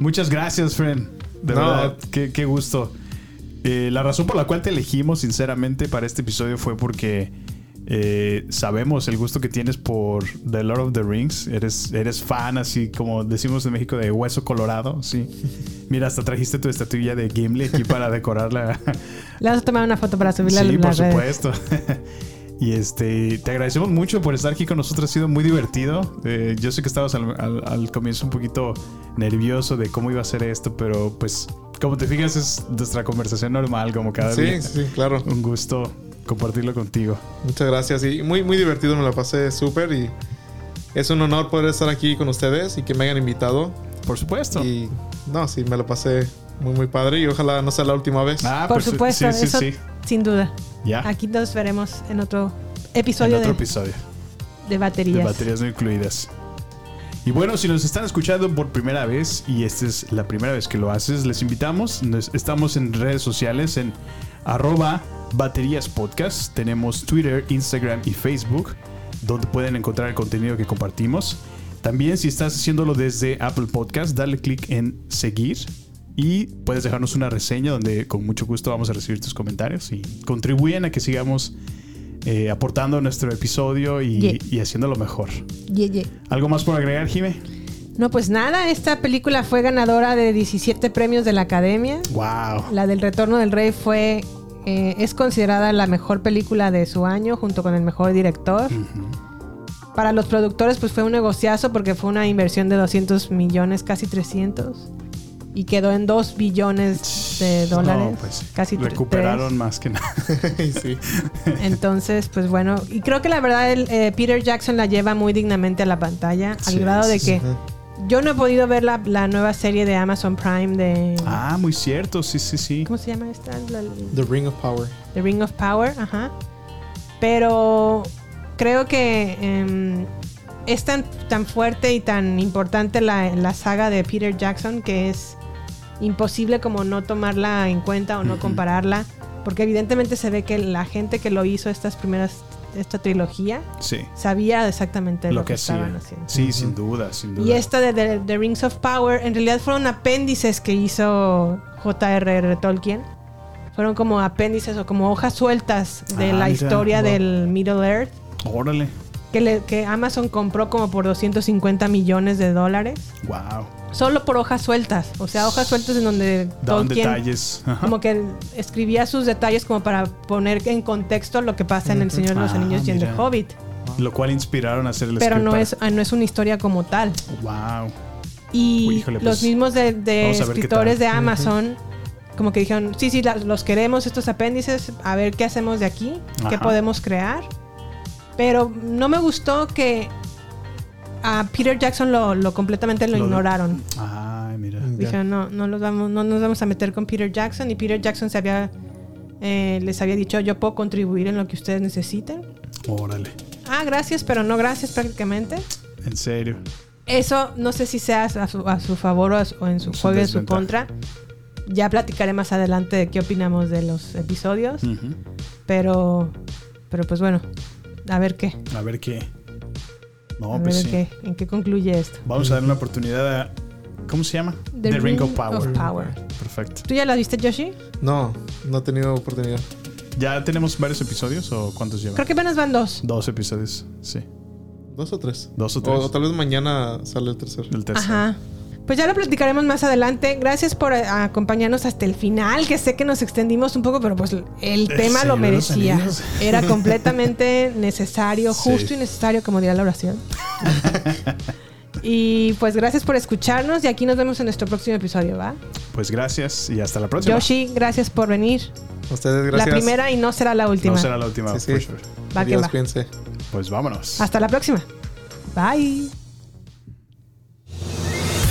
Speaker 1: Muchas gracias, friend. De
Speaker 3: No.
Speaker 1: verdad, qué, qué gusto. Eh, la razón por la cual te elegimos, sinceramente, para este episodio fue porque eh, sabemos el gusto que tienes por The Lord of the Rings. Eres, eres fan, así como decimos en México, de hueso colorado, sí. Mira, hasta trajiste tu estatuilla de Gimli aquí para decorar la,
Speaker 2: Le vas a tomar una foto para subirla
Speaker 1: Sí,
Speaker 2: a
Speaker 1: por
Speaker 2: las redes.
Speaker 1: supuesto. y este, te agradecemos mucho por estar aquí con nosotros. Ha sido muy divertido. Eh, yo sé que estabas al, al- al comienzo un poquito nervioso de cómo iba a ser esto, pero pues, como te fijas, es nuestra conversación normal, como cada
Speaker 3: Sí,
Speaker 1: día.
Speaker 3: sí, claro.
Speaker 1: Un gusto compartirlo contigo.
Speaker 3: Muchas gracias. Y muy, muy divertido, me la pasé súper. Y es un honor poder estar aquí con ustedes y que me hayan invitado.
Speaker 1: Por supuesto.
Speaker 3: Y no, sí, me la pasé muy, muy padre. Y ojalá no sea la última vez.
Speaker 1: Ah,
Speaker 2: Por
Speaker 1: pues, sí,
Speaker 2: supuesto,
Speaker 1: sí,
Speaker 2: eso
Speaker 1: sí.
Speaker 2: sin duda.
Speaker 1: Ya.
Speaker 2: Aquí nos veremos en otro
Speaker 1: en
Speaker 2: episodio,
Speaker 1: otro
Speaker 2: de,
Speaker 1: episodio.
Speaker 2: de
Speaker 1: de
Speaker 2: baterías.
Speaker 1: baterías no incluidas. Y bueno, si nos están escuchando por primera vez y esta es la primera vez que lo haces, les invitamos. Nos- estamos en redes sociales en arroba baterías podcast. Tenemos Twitter, Instagram y Facebook, donde pueden encontrar el contenido que compartimos. También si estás haciéndolo desde Apple Podcast, dale clic en seguir y puedes dejarnos una reseña donde con mucho gusto vamos a recibir tus comentarios y contribuyen a que sigamos eh, aportando nuestro episodio y,
Speaker 2: Yeah.
Speaker 1: y haciéndolo mejor.
Speaker 2: Ye, ye.
Speaker 1: ¿Algo más por agregar, Jime?
Speaker 2: No, pues nada, esta película fue ganadora de 17 premios de la Academia.
Speaker 1: ¡Wow!
Speaker 2: La del Retorno del Rey fue eh, es considerada la mejor película de su año junto con el mejor director. Para los productores pues fue un negociazo porque fue una inversión de 200 millones, casi 300 y quedó en 2 billones de dólares,
Speaker 1: No, pues,
Speaker 2: casi tre-
Speaker 1: recuperaron más que nada.
Speaker 3: Y sí.
Speaker 2: tres. Entonces, pues bueno, y creo que la verdad el, eh, Peter Jackson la lleva muy dignamente a la pantalla, al
Speaker 1: Sí,
Speaker 2: grado de
Speaker 1: sí.
Speaker 2: que yo no he podido ver la, la nueva serie de Amazon Prime de
Speaker 1: Ah, muy cierto, sí, sí, sí.
Speaker 2: ¿Cómo se llama esta? La- la-
Speaker 3: The Ring of Power.
Speaker 2: The Ring of Power, ajá. Pero creo que em, es tan, tan fuerte y tan importante la, la saga de Peter Jackson que es imposible como no tomarla en cuenta o no compararla. Porque evidentemente se ve que la gente que lo hizo estas primeras, esta trilogía,
Speaker 1: Sí.
Speaker 2: sabía exactamente lo, que, estaban
Speaker 1: hacía.
Speaker 2: haciendo.
Speaker 1: Sí, sin duda, sin duda.
Speaker 2: Y esta de The, The Rings of Power, en realidad fueron apéndices que hizo J.R.R. Tolkien. Fueron como apéndices o como hojas sueltas
Speaker 1: Ah,
Speaker 2: de la
Speaker 1: mira,
Speaker 2: historia
Speaker 1: wow.
Speaker 2: del Middle Earth
Speaker 1: Órale.
Speaker 2: que, le- que Amazon compró como por 250 millones de dólares.
Speaker 1: ¡Wow!
Speaker 2: Solo por hojas sueltas. O sea, hojas sueltas en donde
Speaker 1: Daban
Speaker 2: Tolkien
Speaker 1: detalles. ah, Ajá.
Speaker 2: como que escribía sus detalles como para poner en contexto lo que pasa en El Señor de los
Speaker 1: Ah,
Speaker 2: Anillos y en The
Speaker 1: mira.
Speaker 2: Hobbit.
Speaker 1: Lo cual inspiraron a hacer el
Speaker 2: Pero no es,
Speaker 1: script
Speaker 2: ah, no es una historia como tal.
Speaker 1: para- ¡Wow!
Speaker 2: Y
Speaker 1: Uy, híjole,
Speaker 2: los
Speaker 1: pues,
Speaker 2: mismos de, de
Speaker 1: vamos a ver qué
Speaker 2: escritores
Speaker 1: tal.
Speaker 2: de Amazon, como que dijeron, sí, sí, la- los queremos, estos apéndices, a ver qué hacemos de aquí, qué
Speaker 1: Ajá.
Speaker 2: podemos crear. Pero no me gustó que a Peter Jackson lo, lo completamente lo,
Speaker 1: Lo-
Speaker 2: ignoraron.
Speaker 1: ¡Ay, mira!
Speaker 3: Ya.
Speaker 2: Dijeron, no, no, los vamos, no nos vamos a meter con Peter Jackson. Y Peter Jackson se había, eh, les había dicho, yo puedo contribuir en lo que ustedes necesiten.
Speaker 1: Órale.
Speaker 2: Ah, gracias, pero no gracias prácticamente.
Speaker 1: En serio.
Speaker 2: Eso no sé si sea a su, a su favor o, a su- o en su
Speaker 1: Su
Speaker 2: juego y en su
Speaker 1: desventaja.
Speaker 2: contra. Ya platicaré más adelante de qué opinamos de los episodios.
Speaker 1: Ujú.
Speaker 2: Pero, pero pues bueno, a ver qué.
Speaker 1: A ver qué. No,
Speaker 2: a ver
Speaker 1: pues
Speaker 2: en
Speaker 1: sí.
Speaker 2: qué, en qué concluye esto.
Speaker 1: Vamos a darle una oportunidad a. ¿Cómo se llama?
Speaker 2: The Ring of Power.
Speaker 1: Perfecto.
Speaker 2: ¿Tú ya la viste, Yoshi?
Speaker 3: No, no he tenido oportunidad.
Speaker 1: ¿Ya tenemos varios episodios o cuántos llevan?
Speaker 2: Creo que apenas van dos.
Speaker 1: Dos episodios, sí.
Speaker 3: ¿Dos o tres?
Speaker 1: Dos o tres.
Speaker 3: tal vez mañana sale el tercero.
Speaker 1: El tercero.
Speaker 2: Ajá. Pues ya lo platicaremos más adelante. Gracias por eh, acompañarnos hasta el final, que sé que nos extendimos un poco, pero pues
Speaker 1: Eh,
Speaker 2: el tema lo
Speaker 1: Señor de los
Speaker 2: merecía.
Speaker 1: Anillos.
Speaker 2: Era completamente necesario,
Speaker 1: Sí.
Speaker 2: justo y necesario, como dirá la oración. Y pues gracias por escucharnos y aquí nos vemos en nuestro próximo episodio, ¿va?
Speaker 1: Pues gracias y hasta la próxima.
Speaker 2: Yoshi, gracias por venir.
Speaker 3: A ustedes, gracias.
Speaker 2: La primera y no será la última.
Speaker 1: No será la última.
Speaker 3: Sí, sí.
Speaker 1: for sure.
Speaker 2: Va que
Speaker 3: Adiós,
Speaker 2: va.
Speaker 3: cuídense.
Speaker 1: Pues vámonos.
Speaker 2: Hasta la próxima. Bye.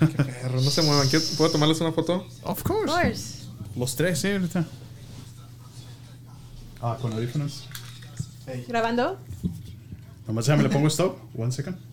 Speaker 3: Qué perro, no se muevan. ¿Quiero- ¿Puedo tomarles una foto?
Speaker 1: Of course. Los tres, sí, ahorita. Ah, con audífonos.
Speaker 2: ¿Grabando?
Speaker 1: Nomás déjame le pongo stop. One second.